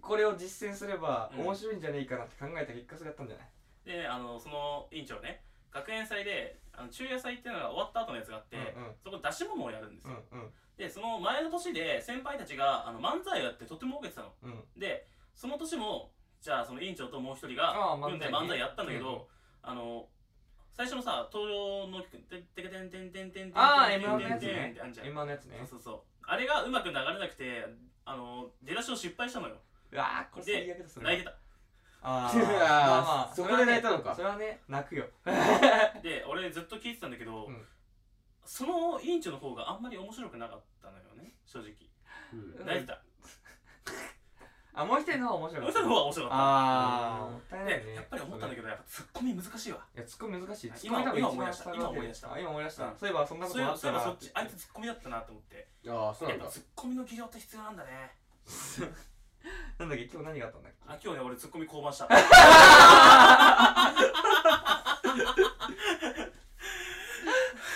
Speaker 3: これを実践すれば
Speaker 1: うん
Speaker 3: 面白いんじゃねえかなって考えた結果それやったんじゃない
Speaker 1: であのその委員長ね学園祭であの中夜祭っていうのが終わった後のやつがあって、
Speaker 3: うんうん
Speaker 1: そこで出し物をやるんです
Speaker 3: う
Speaker 1: よ、
Speaker 3: んうん
Speaker 1: でその前の年で先輩たちがあの漫才をやってとっても儲けてたの
Speaker 3: うん
Speaker 1: でその年もじゃあその委員長ともう一人が
Speaker 3: ああ漫才
Speaker 1: 組んで
Speaker 3: ね
Speaker 1: 漫才やったんだけど、
Speaker 3: うん
Speaker 1: あの最初のさ登場の曲「ててけてんてんてんてんてんてんてんてん」
Speaker 3: ああ M1 のやつ
Speaker 1: てん
Speaker 3: ね
Speaker 1: ってあんじゃん
Speaker 3: M1 のやつね
Speaker 1: そうそうそうあれがうまく流れなくてあの出だしを失敗したのよ
Speaker 3: うわーこれ
Speaker 1: で
Speaker 3: 最悪だそれ
Speaker 1: 泣いてた
Speaker 3: あー
Speaker 4: あーそこ
Speaker 3: れは
Speaker 4: で
Speaker 3: ね
Speaker 4: 泣いたのか
Speaker 3: それはね泣くよ
Speaker 1: で俺ずっと聞いてたんだけど、
Speaker 3: うん
Speaker 1: その委員長の方があんまり面白くなかったのよね正直
Speaker 4: うん
Speaker 1: 泣いてた
Speaker 3: あもう一人の方が面白
Speaker 1: もう
Speaker 3: かっ
Speaker 1: 一
Speaker 3: た
Speaker 1: 人の方が面白かっ
Speaker 3: あーもった
Speaker 1: た
Speaker 3: いない
Speaker 1: で
Speaker 3: ね
Speaker 1: やっぱり思ったんだ
Speaker 3: け
Speaker 1: けどやっぱツッコミ難しいわ
Speaker 3: どいやツッコミ難しいツッ
Speaker 1: 今
Speaker 3: コミ多分
Speaker 1: 今
Speaker 3: 一
Speaker 1: 思い
Speaker 3: 番
Speaker 1: 出した
Speaker 3: 下が
Speaker 1: 今思い出した
Speaker 3: あ今思い出し
Speaker 1: う
Speaker 3: た
Speaker 1: ん
Speaker 3: そういえばそんなこ
Speaker 1: そう
Speaker 3: と
Speaker 1: いえ
Speaker 3: あ
Speaker 1: ば
Speaker 3: っ
Speaker 1: そうい
Speaker 3: た
Speaker 1: えばそ
Speaker 3: な
Speaker 1: っちあいつツッコミだったなと思って
Speaker 4: ああそう
Speaker 1: やっ
Speaker 4: なん
Speaker 1: ぱ
Speaker 4: だ
Speaker 1: ツッコミの技量って必要なんだね
Speaker 3: なんだっけ今日何があったんだっけ
Speaker 1: あ今日ね俺ツッコミ降板 した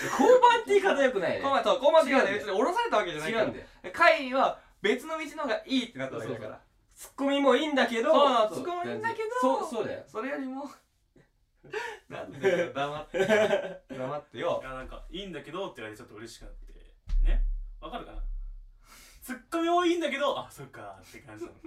Speaker 4: 交番って言い方よくないね
Speaker 3: コマとコマ違う
Speaker 4: 違うんだ
Speaker 3: ね
Speaker 4: よ
Speaker 3: 別に降ろされたわけじゃない
Speaker 4: 違
Speaker 3: か
Speaker 4: う
Speaker 3: ら
Speaker 4: んだよ
Speaker 3: 会議は別の道の方がいいってなっただけだから
Speaker 4: ツッコミもいいんだけど
Speaker 3: そうなのツッコミもいいんだけど
Speaker 4: そうそうだよ
Speaker 3: それよりもなんでだよ黙って黙ってよ
Speaker 1: いやなんかいいんだけどって言われてちょっと嬉しくなってねわかるかなツッコミ多いんだけどあそっかって感じだ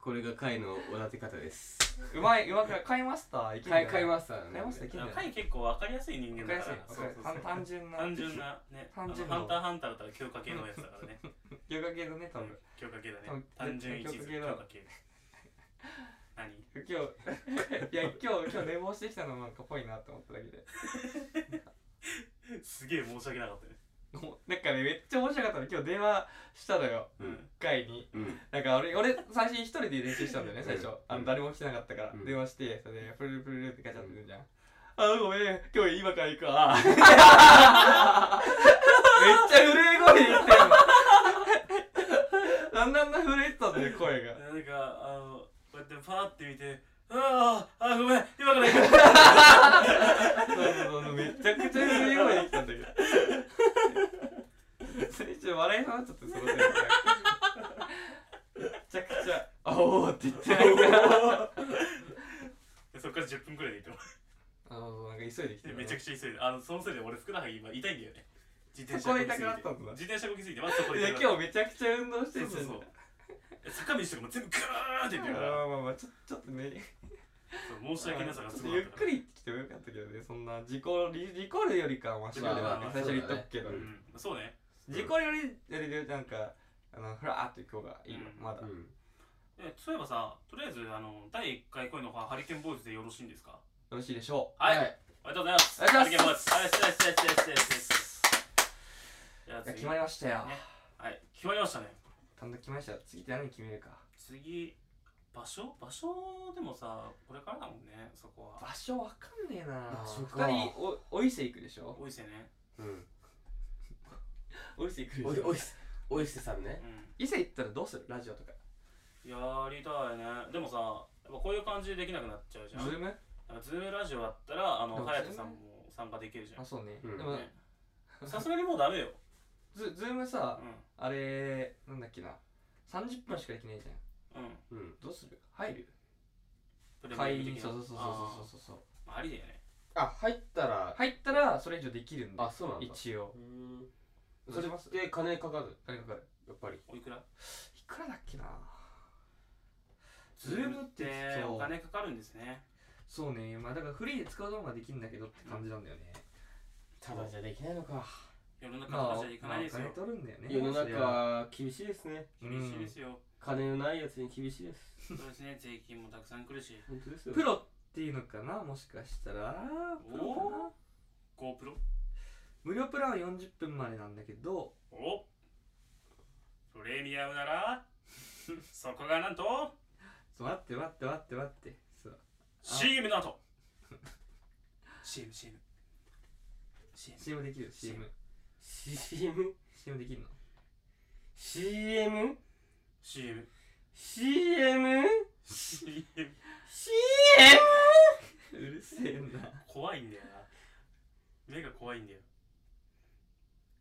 Speaker 4: これが回のおだて方です
Speaker 3: うまいうまくない買いましたいけんじゃな
Speaker 4: 回
Speaker 3: い
Speaker 4: 回マスター
Speaker 3: 買いましたいけんじゃない
Speaker 1: 回結構わかりやすい人間
Speaker 3: わかり
Speaker 1: だ
Speaker 3: やす
Speaker 1: からそう
Speaker 3: いわかりや
Speaker 1: そ
Speaker 3: すいう単
Speaker 1: そう
Speaker 3: 単純な
Speaker 1: 単純なねあ
Speaker 3: 単
Speaker 1: の
Speaker 3: 純な
Speaker 1: ハンターハンターだったら強化系のやつだからね
Speaker 3: ヨガ系だ ね多分
Speaker 1: 強化系だ
Speaker 3: 多
Speaker 1: ね
Speaker 3: 分
Speaker 1: 単純一途強
Speaker 3: 強化系だ
Speaker 1: 化系何
Speaker 3: 今日いや今日今日寝坊してきたのもなんかぽいなと思っただけです
Speaker 1: げえ申し訳なかったね
Speaker 3: もうなんかねめっちゃ面白かったの今日電話したのよ
Speaker 4: うん
Speaker 3: 会に
Speaker 4: うん
Speaker 3: なんか俺俺最初に一人で練習したんだよね
Speaker 4: うん
Speaker 3: 最初あ
Speaker 4: うん
Speaker 3: の誰も来てなかったから
Speaker 4: うん
Speaker 3: 電話してそれでプルルプルルってガチャって出るじゃんあごめん今日今から行くわめっちゃ震え声で言ってんのだんだんだん震えてたんだよ声が
Speaker 1: なんかあのこうやってパーって見てあああごめん今から行く
Speaker 3: そうそうそうめちゃくちゃ震え声できたんだ けどそれ一応笑いそうになっちゃってそのせいでめちゃくちゃ「あおーって言ってなんか
Speaker 1: でそっから10分くらいで行っても
Speaker 3: あのなんか急いできて
Speaker 1: でめちゃくちゃ急いであのそのせいで俺ふくらはぎ今痛いんだよね自転
Speaker 3: そ
Speaker 1: 車
Speaker 3: こ
Speaker 1: こ
Speaker 3: で
Speaker 1: ぎす
Speaker 3: 痛
Speaker 1: ぎ
Speaker 3: く
Speaker 1: て
Speaker 3: なったんだ
Speaker 1: 自転車こぎすぎてまずそこで
Speaker 3: いや
Speaker 1: 痛くな
Speaker 3: 今日めちゃくちゃ運動して
Speaker 1: そ
Speaker 3: る
Speaker 1: うんそうそう
Speaker 3: だ
Speaker 1: 坂道とかも全部グーって言って
Speaker 3: あ
Speaker 1: るから
Speaker 3: ーまあまあちょ ちょっとね
Speaker 1: そう申し訳なさが
Speaker 3: ちょ
Speaker 1: す
Speaker 3: っ
Speaker 1: ご
Speaker 3: と
Speaker 1: か
Speaker 3: ゆっ
Speaker 1: ったか
Speaker 3: く
Speaker 1: ら
Speaker 3: り行ってきてもよかったけどねそんな事故リ事故るよりかはマシだよね
Speaker 1: まあまあまあ
Speaker 3: 最初に言っとくけ
Speaker 4: そ
Speaker 3: ど
Speaker 4: うだ
Speaker 1: うんそうね
Speaker 3: 事故るよりよりでなんかあのふらーって今日がいいの
Speaker 1: うん
Speaker 3: まだ
Speaker 4: うん
Speaker 1: えそういえばさとりあえずあの第1回恋の花ハリケーンボーイズでよろしいんですか
Speaker 3: よろしいでしょ
Speaker 1: はい、
Speaker 4: はい
Speaker 1: ありがとうございます
Speaker 3: ありがとうござい
Speaker 1: ますハリケーンボーイズはいですですですですですじゃあ
Speaker 3: ういや
Speaker 1: 次
Speaker 3: 決まりましたよ
Speaker 1: ねはい決まりましたね
Speaker 3: 単独決まりましたよ次って何決めるか
Speaker 1: 次場所場所でもさこれからだもんねそこは
Speaker 3: 場所わかんねえな
Speaker 4: 場所か
Speaker 3: 二人おお伊勢行くでしょ
Speaker 1: 多いですよね
Speaker 4: うん
Speaker 3: お伊勢行くでし
Speaker 4: おい
Speaker 3: ょ
Speaker 4: おいすおいすさんね
Speaker 1: うん
Speaker 3: 伊勢行ったらどうするラジオとか
Speaker 1: やりたいねでもさやっぱこういう感じでできなくなっちゃうじ
Speaker 3: ズ
Speaker 1: ゃん
Speaker 3: ーム
Speaker 1: なんかズームラジオだったらあ
Speaker 3: で
Speaker 1: の
Speaker 3: も
Speaker 1: 隼人さんも参加できるじゃ
Speaker 3: あそうね、
Speaker 4: うん
Speaker 3: でも
Speaker 1: んねさすがにもうダメよ
Speaker 3: ズズームさ
Speaker 1: う
Speaker 3: あれなんだっけな30分しかできないじゃん
Speaker 1: んうん
Speaker 4: うん
Speaker 3: どうする入る
Speaker 1: プレミアム
Speaker 3: 会員
Speaker 1: 的な
Speaker 3: そうそうそうそうそうそう
Speaker 1: あーありだよね
Speaker 4: あ入ったら
Speaker 3: 入ったらそれ以上できるんで
Speaker 4: あそうなんだ
Speaker 3: 一応
Speaker 4: うん
Speaker 3: ど
Speaker 4: そうれ
Speaker 3: します
Speaker 4: って金かかる
Speaker 3: 金かかる
Speaker 4: やっぱり
Speaker 1: おいくら
Speaker 3: いくらだっけな
Speaker 1: ズームって
Speaker 3: そう
Speaker 1: お金かかるんですね
Speaker 3: そうねまあだからフリーで使うのができるんだけどって感じなんだよね
Speaker 4: ただじゃできないのか
Speaker 1: 世の中
Speaker 3: ま
Speaker 1: の
Speaker 3: あ
Speaker 1: 話はいかないです
Speaker 3: まあ
Speaker 1: よ
Speaker 3: お金取るんだよね
Speaker 4: 世の
Speaker 3: そりゃ
Speaker 4: 中厳しいですね
Speaker 3: うん
Speaker 1: 厳しいですよ
Speaker 4: 金のないやつに厳しいです
Speaker 1: そうですね税金もたくさん来るし
Speaker 4: 本当ですよ
Speaker 3: プロっていうのかなもしかしたらプロかな
Speaker 1: GoPro
Speaker 3: 無料プランは40分までなんだけど
Speaker 1: おプレミアムな らそこがなんと
Speaker 3: そう待って待って待って待ってそう
Speaker 1: CM の後 CM CM CM
Speaker 3: CM できる CM
Speaker 4: CM
Speaker 3: CM できるの
Speaker 4: CM
Speaker 1: CM
Speaker 4: CM
Speaker 1: CM
Speaker 4: CM
Speaker 3: うるせえな
Speaker 1: 怖いんだよな目が怖いんだよ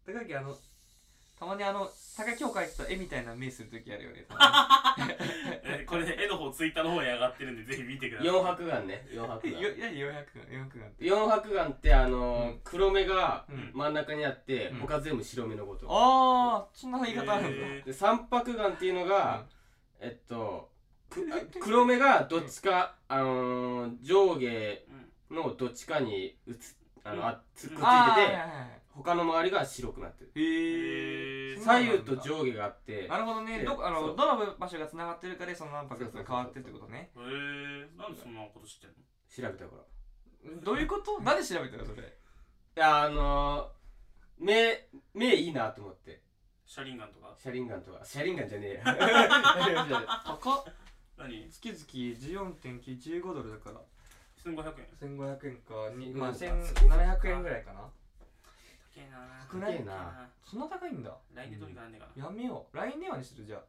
Speaker 3: 高木あのたまにあの高木今日描いてた絵みたいな目する 時あるよね
Speaker 1: えこれね絵の方ツイッターの方に上がってるんでぜひ見てください
Speaker 4: 四白眼ね四白
Speaker 3: よ
Speaker 4: 眼
Speaker 3: 何400巻400巻って
Speaker 4: 四白眼ってあのー
Speaker 3: う
Speaker 4: 黒目が
Speaker 3: うん
Speaker 4: 真ん中にあって
Speaker 3: うん
Speaker 4: 他全部白目のこと
Speaker 3: ああそんな言い方あるんだ、
Speaker 1: へ
Speaker 4: で三白眼っていうのが、えっとくあ黒目がどっちか、あのー上下
Speaker 1: ーうん
Speaker 4: のどっちかにうつあ
Speaker 1: うん
Speaker 4: の、あつくっつ
Speaker 3: あ
Speaker 4: い
Speaker 3: ー
Speaker 4: て
Speaker 3: はい
Speaker 4: て、
Speaker 3: はいはい
Speaker 4: 他の周りが白くなってる
Speaker 3: へえ
Speaker 1: へー
Speaker 4: 左右と上下があって
Speaker 3: なるほどね
Speaker 4: で
Speaker 3: どこあ
Speaker 4: そ
Speaker 3: の
Speaker 4: う
Speaker 3: どの場所がつながってるかでその何泊が変わってってことね
Speaker 1: へえなんでそんなこと知ってんの
Speaker 4: 調べたからい
Speaker 3: どういうこと何で調べたのそれ
Speaker 4: やあのー目目いいなと思って
Speaker 1: シャリンガンとか
Speaker 4: シャリンガンとかシャリンガンじゃねえ や
Speaker 3: 高っ
Speaker 1: 何
Speaker 3: 月々14.95ドルだから
Speaker 1: 1500円高
Speaker 3: 1500円かに
Speaker 4: 1500
Speaker 3: まあ
Speaker 4: か
Speaker 3: 1700円ぐらいかな
Speaker 1: えな
Speaker 3: 少ない
Speaker 1: 高え
Speaker 4: 高えな
Speaker 3: そんな高いんだ
Speaker 1: 来年どれかなんでかな
Speaker 3: やめよう来年はにするじゃあ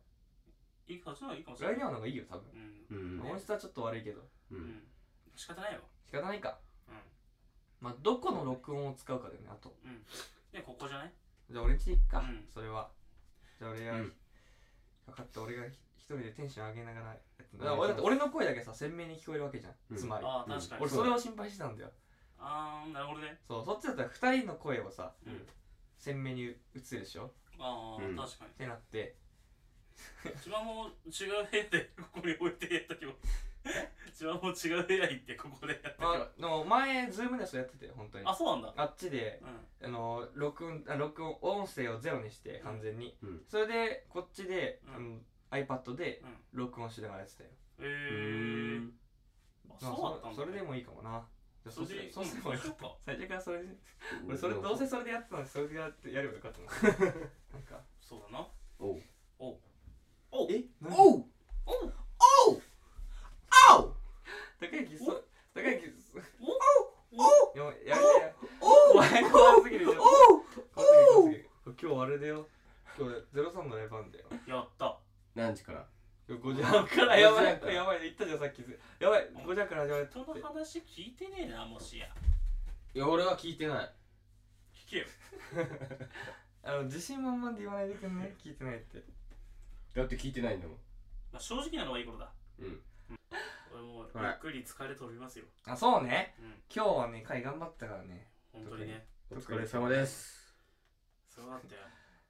Speaker 1: いいかそっちの方がいいかもしれな
Speaker 3: 来
Speaker 1: い
Speaker 3: 年はの方がいいよ多分
Speaker 1: うん
Speaker 4: うん
Speaker 3: 音質はちょっと悪いけど
Speaker 4: う
Speaker 1: うんん仕方ないよ
Speaker 3: 仕方ないか
Speaker 1: うん
Speaker 3: まあどこの録音を使うかだよねあと
Speaker 1: でここじゃない
Speaker 3: じゃあ俺んちでいっか、
Speaker 1: うん
Speaker 3: それはじゃあ俺が、
Speaker 4: うん
Speaker 3: 分かった俺が一人でテンション上げながらやって
Speaker 4: お願いします
Speaker 3: 俺だって俺の声だけさ鮮明に聞こえるわけじゃん、
Speaker 4: うん
Speaker 3: つまり
Speaker 1: ああ確かに
Speaker 3: 俺それを心配してたんだよ
Speaker 1: ああなるほどね
Speaker 3: そうそっちだったら2人の声をさ、
Speaker 1: うん
Speaker 3: 鮮明に映るでしょ
Speaker 1: ああ、
Speaker 4: うん
Speaker 1: 確かに
Speaker 3: ってなって
Speaker 1: 千葉も違う部屋でここに置いてやったけど千葉も違う部屋行ってここでやったけど
Speaker 3: あの前ズームでそれやってて本当に
Speaker 1: あそうなんだ
Speaker 3: あっちで
Speaker 1: う
Speaker 3: あの録音あ録音音声をゼロにして完全に、
Speaker 4: うん
Speaker 3: それでこっちで、
Speaker 1: うん
Speaker 3: あの iPad で
Speaker 1: んうん
Speaker 3: 録音しながらやってたよ、
Speaker 1: へえー、あ
Speaker 3: まあ
Speaker 1: そうだったんだ
Speaker 3: それそれでもいいかもなじゃあ
Speaker 1: それ
Speaker 3: すれ
Speaker 1: で
Speaker 3: そうすればいい
Speaker 1: そっか
Speaker 3: 最初からそれ俺それどうせそれでやってたのにそれでやってやればよかったななんか
Speaker 1: そうだな
Speaker 4: おう
Speaker 1: おう
Speaker 4: え
Speaker 3: 何
Speaker 4: おう
Speaker 1: おう
Speaker 4: おうおう
Speaker 3: 高之そ高之そ
Speaker 1: おう
Speaker 3: いやもうやめて
Speaker 4: お
Speaker 3: 怖い怖すぎるじゃん
Speaker 4: おう
Speaker 3: 怖すぎる怖すぎる今日あれだよ今日ゼロ三のレバンだよ
Speaker 1: やった
Speaker 4: 何時から
Speaker 3: 今日5時半からやば
Speaker 4: 5時半
Speaker 3: い
Speaker 4: から
Speaker 3: やばい言ったじゃんさっきやばい5時半から始まるって
Speaker 1: 人の話聞いてねえなもしや
Speaker 4: いや俺は聞いてない
Speaker 1: 聞けよ
Speaker 3: あの自信満々で言わないでくんね聞いてないって
Speaker 4: だって聞いてないんだもん
Speaker 1: まあ正直なのはいいことだ
Speaker 4: うん
Speaker 1: 俺もう
Speaker 4: はい
Speaker 1: ゆっくり疲れ飛びますよ
Speaker 3: あそうね
Speaker 1: うん
Speaker 3: 今日はね会頑張ったからね
Speaker 1: 本当にね
Speaker 4: お疲れ様です
Speaker 1: すごかったよ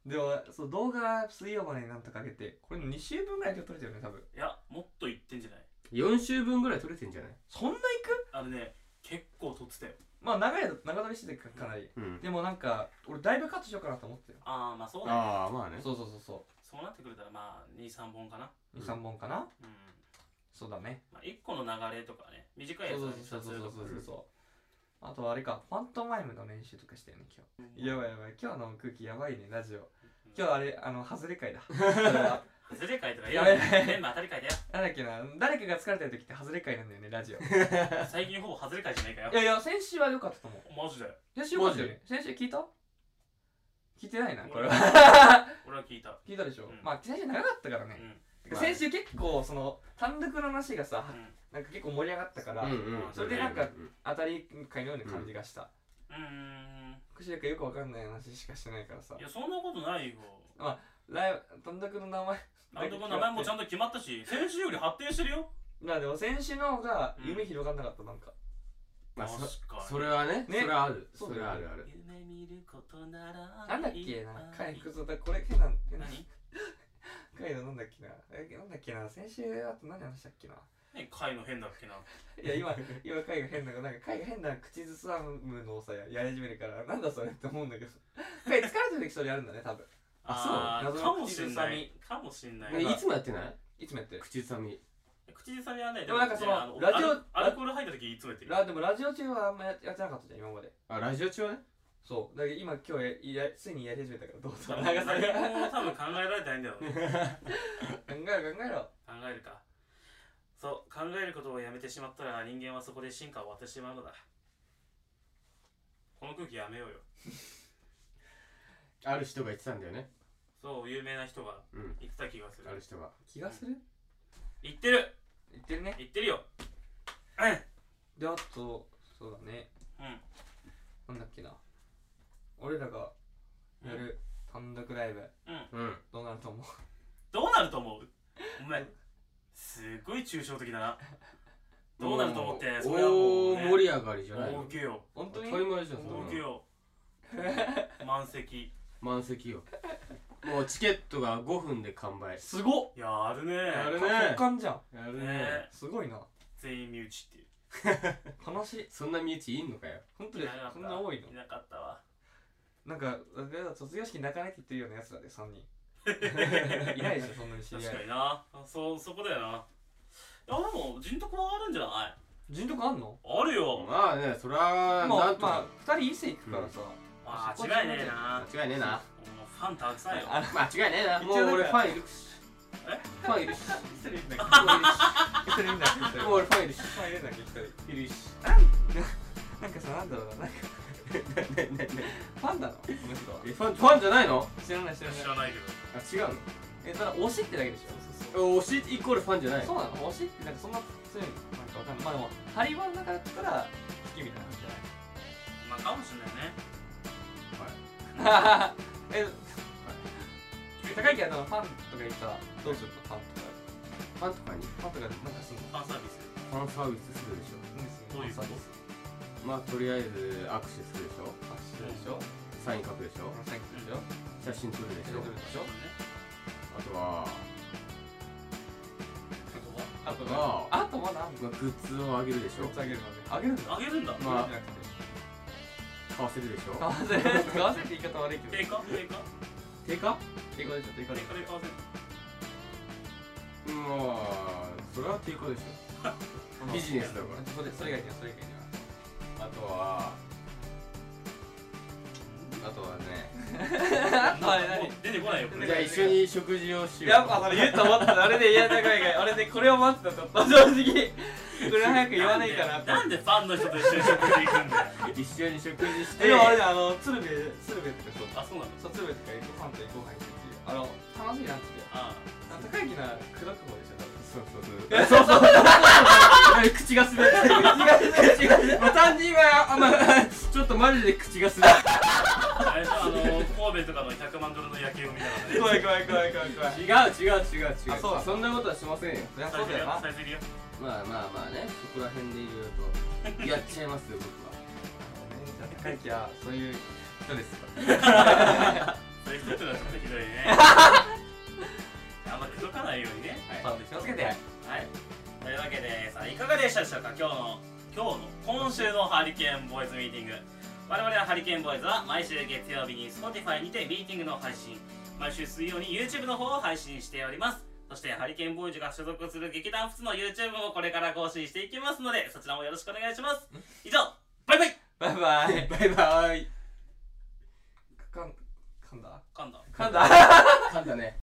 Speaker 3: でもそう動画水曜までになんとか上げてこれ2週分ぐらいで撮れてるよね多分
Speaker 1: いやもっと言ってんじゃない
Speaker 4: 4週分ぐらい取れてんじゃない
Speaker 3: そんないく
Speaker 1: あれね結構撮ってたよ
Speaker 3: まあ長いの長取りしてたからかなり
Speaker 4: うん
Speaker 3: でもなんか俺だいぶカットしようかなと思ってたよ
Speaker 1: ああまあそうだね
Speaker 4: ああまあね
Speaker 3: そうそうそうそ
Speaker 1: そうなってくれたらまあ23本かな
Speaker 3: う
Speaker 4: うん
Speaker 3: 23本かな、
Speaker 1: うん
Speaker 3: そうだね
Speaker 1: まあ1個の流れとかね短い
Speaker 3: そ
Speaker 1: や
Speaker 3: う
Speaker 1: つ
Speaker 3: そう
Speaker 1: に
Speaker 3: そうそうそう
Speaker 1: とか
Speaker 3: そうそうあとあれかファントマイムの練習とかしたよね今日やばいやばい今日の空気やばいねラジオ今日あれあの外れ 会だそれは
Speaker 1: 外れ書いたら
Speaker 3: や
Speaker 1: や
Speaker 3: ばい
Speaker 1: 全部当たり書いたよ
Speaker 3: なんだっけな誰かが疲れてる時って外れ会なんだよねラジオ い
Speaker 1: 最近ほぼ外れ書いじゃないかよ
Speaker 3: やいや先週は良かったと思う
Speaker 1: マジで
Speaker 3: 先週良かったよね先週聞いた聞いてないなこれは
Speaker 1: 俺は聞いた
Speaker 3: 聞いたでしょ、
Speaker 1: うん
Speaker 3: まあ先週長かったから
Speaker 1: う
Speaker 3: ね、
Speaker 1: ん
Speaker 3: てか先週結構その単独の話がさなんか結構盛り上がったから、
Speaker 4: うんうん
Speaker 1: それで
Speaker 3: なんか
Speaker 4: うん
Speaker 3: 当たり会のような感じがした、
Speaker 1: うんうーん
Speaker 3: クしてるかよくわかんない話しかしてないからさ
Speaker 1: いやそんなことないよ
Speaker 3: ライブ単独の名前
Speaker 1: 監督の名前もちゃんと決まったし先週より発展してるよ
Speaker 3: まあでも先週の方が夢広がんなかったなんか、
Speaker 4: まあ
Speaker 1: 確
Speaker 4: そ
Speaker 1: かに
Speaker 4: それはね
Speaker 3: ね
Speaker 4: それはある
Speaker 3: そう
Speaker 4: そ
Speaker 3: だよ
Speaker 4: れはあるある
Speaker 1: 夢見ることなら
Speaker 3: なんだっけな回
Speaker 1: いっ
Speaker 3: 復そうだこれ変な変な
Speaker 1: 何
Speaker 3: 回のなんだっけなえなんだっけな先週あと何話したっ けな
Speaker 1: 何回の変だっけない
Speaker 3: や今今回が変ななんか回が変な口ずさむのをさやり始めるからなんだそれって思うんだけ ど回疲れてる時それやるんだね多分
Speaker 1: あー
Speaker 3: そう
Speaker 1: かもしんな
Speaker 3: 謎の
Speaker 1: いかもしんない
Speaker 4: えいつもやってない
Speaker 3: いつもやってる
Speaker 4: 口ずさみ
Speaker 1: 口ずさみはね
Speaker 3: でもなんかその
Speaker 1: ねあ
Speaker 3: ラジオ
Speaker 1: アルアルコール入った時いつもやってる
Speaker 3: ラでもラジオ中はあんまややってなかったじゃん今まで
Speaker 4: あラジオ中はね
Speaker 3: そうだけど今今日ややついにやり始めたからどうぞ
Speaker 1: 多分
Speaker 3: 流され考
Speaker 1: 何も多分考えられてないんだよ ね
Speaker 3: えろ考えろ
Speaker 1: 考えるかそう考えることをやめてしまったら人間はそこで進化を終わってしまうのだこの空気やめようよ
Speaker 4: ある人が言ってたんだよね
Speaker 1: そう有名な人が
Speaker 4: うん
Speaker 1: 言ってた気がする
Speaker 4: ある人が
Speaker 3: 気がする
Speaker 1: 言ってる
Speaker 3: 言ってるね
Speaker 1: 言ってるよ
Speaker 3: であとそうだね
Speaker 1: うんうん
Speaker 3: なんだっけな俺らがやる単独ライブ
Speaker 4: うん
Speaker 3: どうなると思う
Speaker 1: どうなると思うお前すっごい抽象的だなどうなると思ってそれはもう
Speaker 4: 大
Speaker 1: ね
Speaker 4: 盛り上がりじゃない
Speaker 1: 大
Speaker 4: の
Speaker 1: 受けよ
Speaker 3: 本当
Speaker 4: 当
Speaker 3: に
Speaker 4: たり前じゃんそんなの
Speaker 1: 大受けよ満席
Speaker 4: 満席よもうチケットが5分で完売
Speaker 3: すごっ
Speaker 1: やるね
Speaker 4: やる
Speaker 3: 保
Speaker 4: ね
Speaker 3: 管じゃん
Speaker 4: やる
Speaker 1: ね
Speaker 3: すごいな
Speaker 1: 全員身内っていう
Speaker 3: 悲しい
Speaker 4: そんな身内いんのかよ
Speaker 3: 本当に
Speaker 1: いなかった
Speaker 3: そんな多いの
Speaker 1: いなかったわ
Speaker 3: なんか俺ら卒業式泣かないって言ってるようなやつらで3人 いないでしょそんなに知り
Speaker 1: 確
Speaker 3: 合
Speaker 1: か
Speaker 3: い
Speaker 1: になあそうそこだよないやでも人徳はあるんじゃない
Speaker 3: 人徳あんの
Speaker 1: あるよ
Speaker 4: まあねそれは
Speaker 3: ま
Speaker 4: な
Speaker 3: あ
Speaker 4: んと
Speaker 3: ま
Speaker 4: か
Speaker 3: あ2人伊勢行くからさ
Speaker 1: まあ
Speaker 3: そこ
Speaker 1: 間違いねえな
Speaker 4: 間違いねえな
Speaker 1: もうファンたくさんよ
Speaker 3: あ
Speaker 4: 間違いねえなもう俺ファンいるし
Speaker 1: え
Speaker 4: ファンいるし
Speaker 3: 一人いるんだ
Speaker 4: も
Speaker 3: 一人いるんだけ
Speaker 4: う俺ファンいるし
Speaker 3: ど入れなきゃ一人
Speaker 4: いるし
Speaker 3: なんかさなんだろうななんか
Speaker 4: ねねねね
Speaker 3: ファンなのこの人は
Speaker 4: えファンファンじゃないの
Speaker 3: 知らない知らない
Speaker 1: 知らないけど
Speaker 4: あ違う
Speaker 3: えただ推しってだけでし
Speaker 4: のえ推しイコールファンじゃな
Speaker 3: ょ
Speaker 4: い
Speaker 3: そうなの推しってなんかそんな強いのなんかわかんないまあでもハリバンの中だったら好きみたいな感じじゃない
Speaker 1: まあかもしれないね
Speaker 3: え、高いけどファンとかいたらどうするのファンとか
Speaker 4: ファンとかに
Speaker 3: ファンとかなんかする
Speaker 1: ファンサービス
Speaker 4: ファンサービスするでし
Speaker 3: んです
Speaker 1: どういうこと
Speaker 4: ょまあとりあえず握手するでしょ
Speaker 3: あ、知るでしょ
Speaker 4: サイン書くでしょ
Speaker 3: このサインするでしょ
Speaker 4: 写真撮るでし
Speaker 3: テレ
Speaker 4: ょ
Speaker 3: ビでしょ
Speaker 4: あとは
Speaker 3: あと
Speaker 4: あ
Speaker 3: あとまだあんの
Speaker 4: まあグッズをあげるでし
Speaker 3: グ
Speaker 4: ょ
Speaker 3: ッズあげるのねあげるんだ
Speaker 1: あげるんだ
Speaker 4: まあ
Speaker 3: じゃなくて
Speaker 4: 買わせるでし
Speaker 3: 買
Speaker 4: ょ
Speaker 3: わせる買わせって言い方悪いけど
Speaker 1: 定価定価
Speaker 4: 定価
Speaker 3: 英語でしょ英語
Speaker 1: 定
Speaker 3: でし
Speaker 1: 価で買わせ る
Speaker 4: まあそれは定価でしょ
Speaker 3: ょ
Speaker 4: ビジネスだから
Speaker 3: それそれがいいなそれがいい
Speaker 4: あとはあとはね
Speaker 3: なあれ
Speaker 1: もう出てこないよこ
Speaker 4: じゃあ
Speaker 1: れ
Speaker 4: 一緒に食事をしよう
Speaker 3: やっぱそれ言うと思ったのあれで嫌な声があれでこれを待ってたちょっと正直これ早く言わないかなって
Speaker 1: なんでファンの人と一緒に食事行くんだよ
Speaker 4: 一緒に食事して
Speaker 3: えでもあれだよあの鶴瓶鶴瓶とかそう
Speaker 1: あ そうなの
Speaker 3: そう鶴瓶とか行くファンと行こうか行くっていうあの楽しいなって言って
Speaker 1: あ
Speaker 3: あの高い木な口説く方でしょ
Speaker 4: そうそうそうそうそうそう口が滑ってる口が滑ってる単純はあんまちょっとマジで口が滑って
Speaker 1: ああれじゃああの神戸とかの100万ドルの夜景を見ながら ね
Speaker 3: 怖い怖い怖い怖い怖い
Speaker 4: る違う違う違う違う
Speaker 3: あそう
Speaker 4: そんなことはしませんよ
Speaker 3: そりゃ
Speaker 1: さ
Speaker 3: そ
Speaker 1: え
Speaker 3: うだ
Speaker 1: ずる
Speaker 3: よ
Speaker 1: よ
Speaker 3: な
Speaker 1: さえずるよ
Speaker 4: まあまあまあねそこら辺でいろいろとやっちゃいますよ僕
Speaker 3: 高い木はそういう人です
Speaker 1: そういう人ってのはちょっとひどいねあんま口説かないようにね
Speaker 4: は
Speaker 3: ファンで気をつけてはい
Speaker 1: はい。というわけで、さあ、いかがでしたでしょうか今日の、今日の、今週のハリケーンボーイズミーティング。我々はハリケーンボーイズは毎週月曜日に Spotify にてミーティングの配信、毎週水曜に YouTube の方を配信しております。そして、ハリケーンボーイズが所属する劇団普通の YouTube もこれから更新していきますので、そちらもよろしくお願いします。以上、バイバイ
Speaker 3: バイバイ
Speaker 4: いバイバイ
Speaker 3: かんかんだ
Speaker 1: 噛んだ
Speaker 3: かんだ
Speaker 4: 噛んだね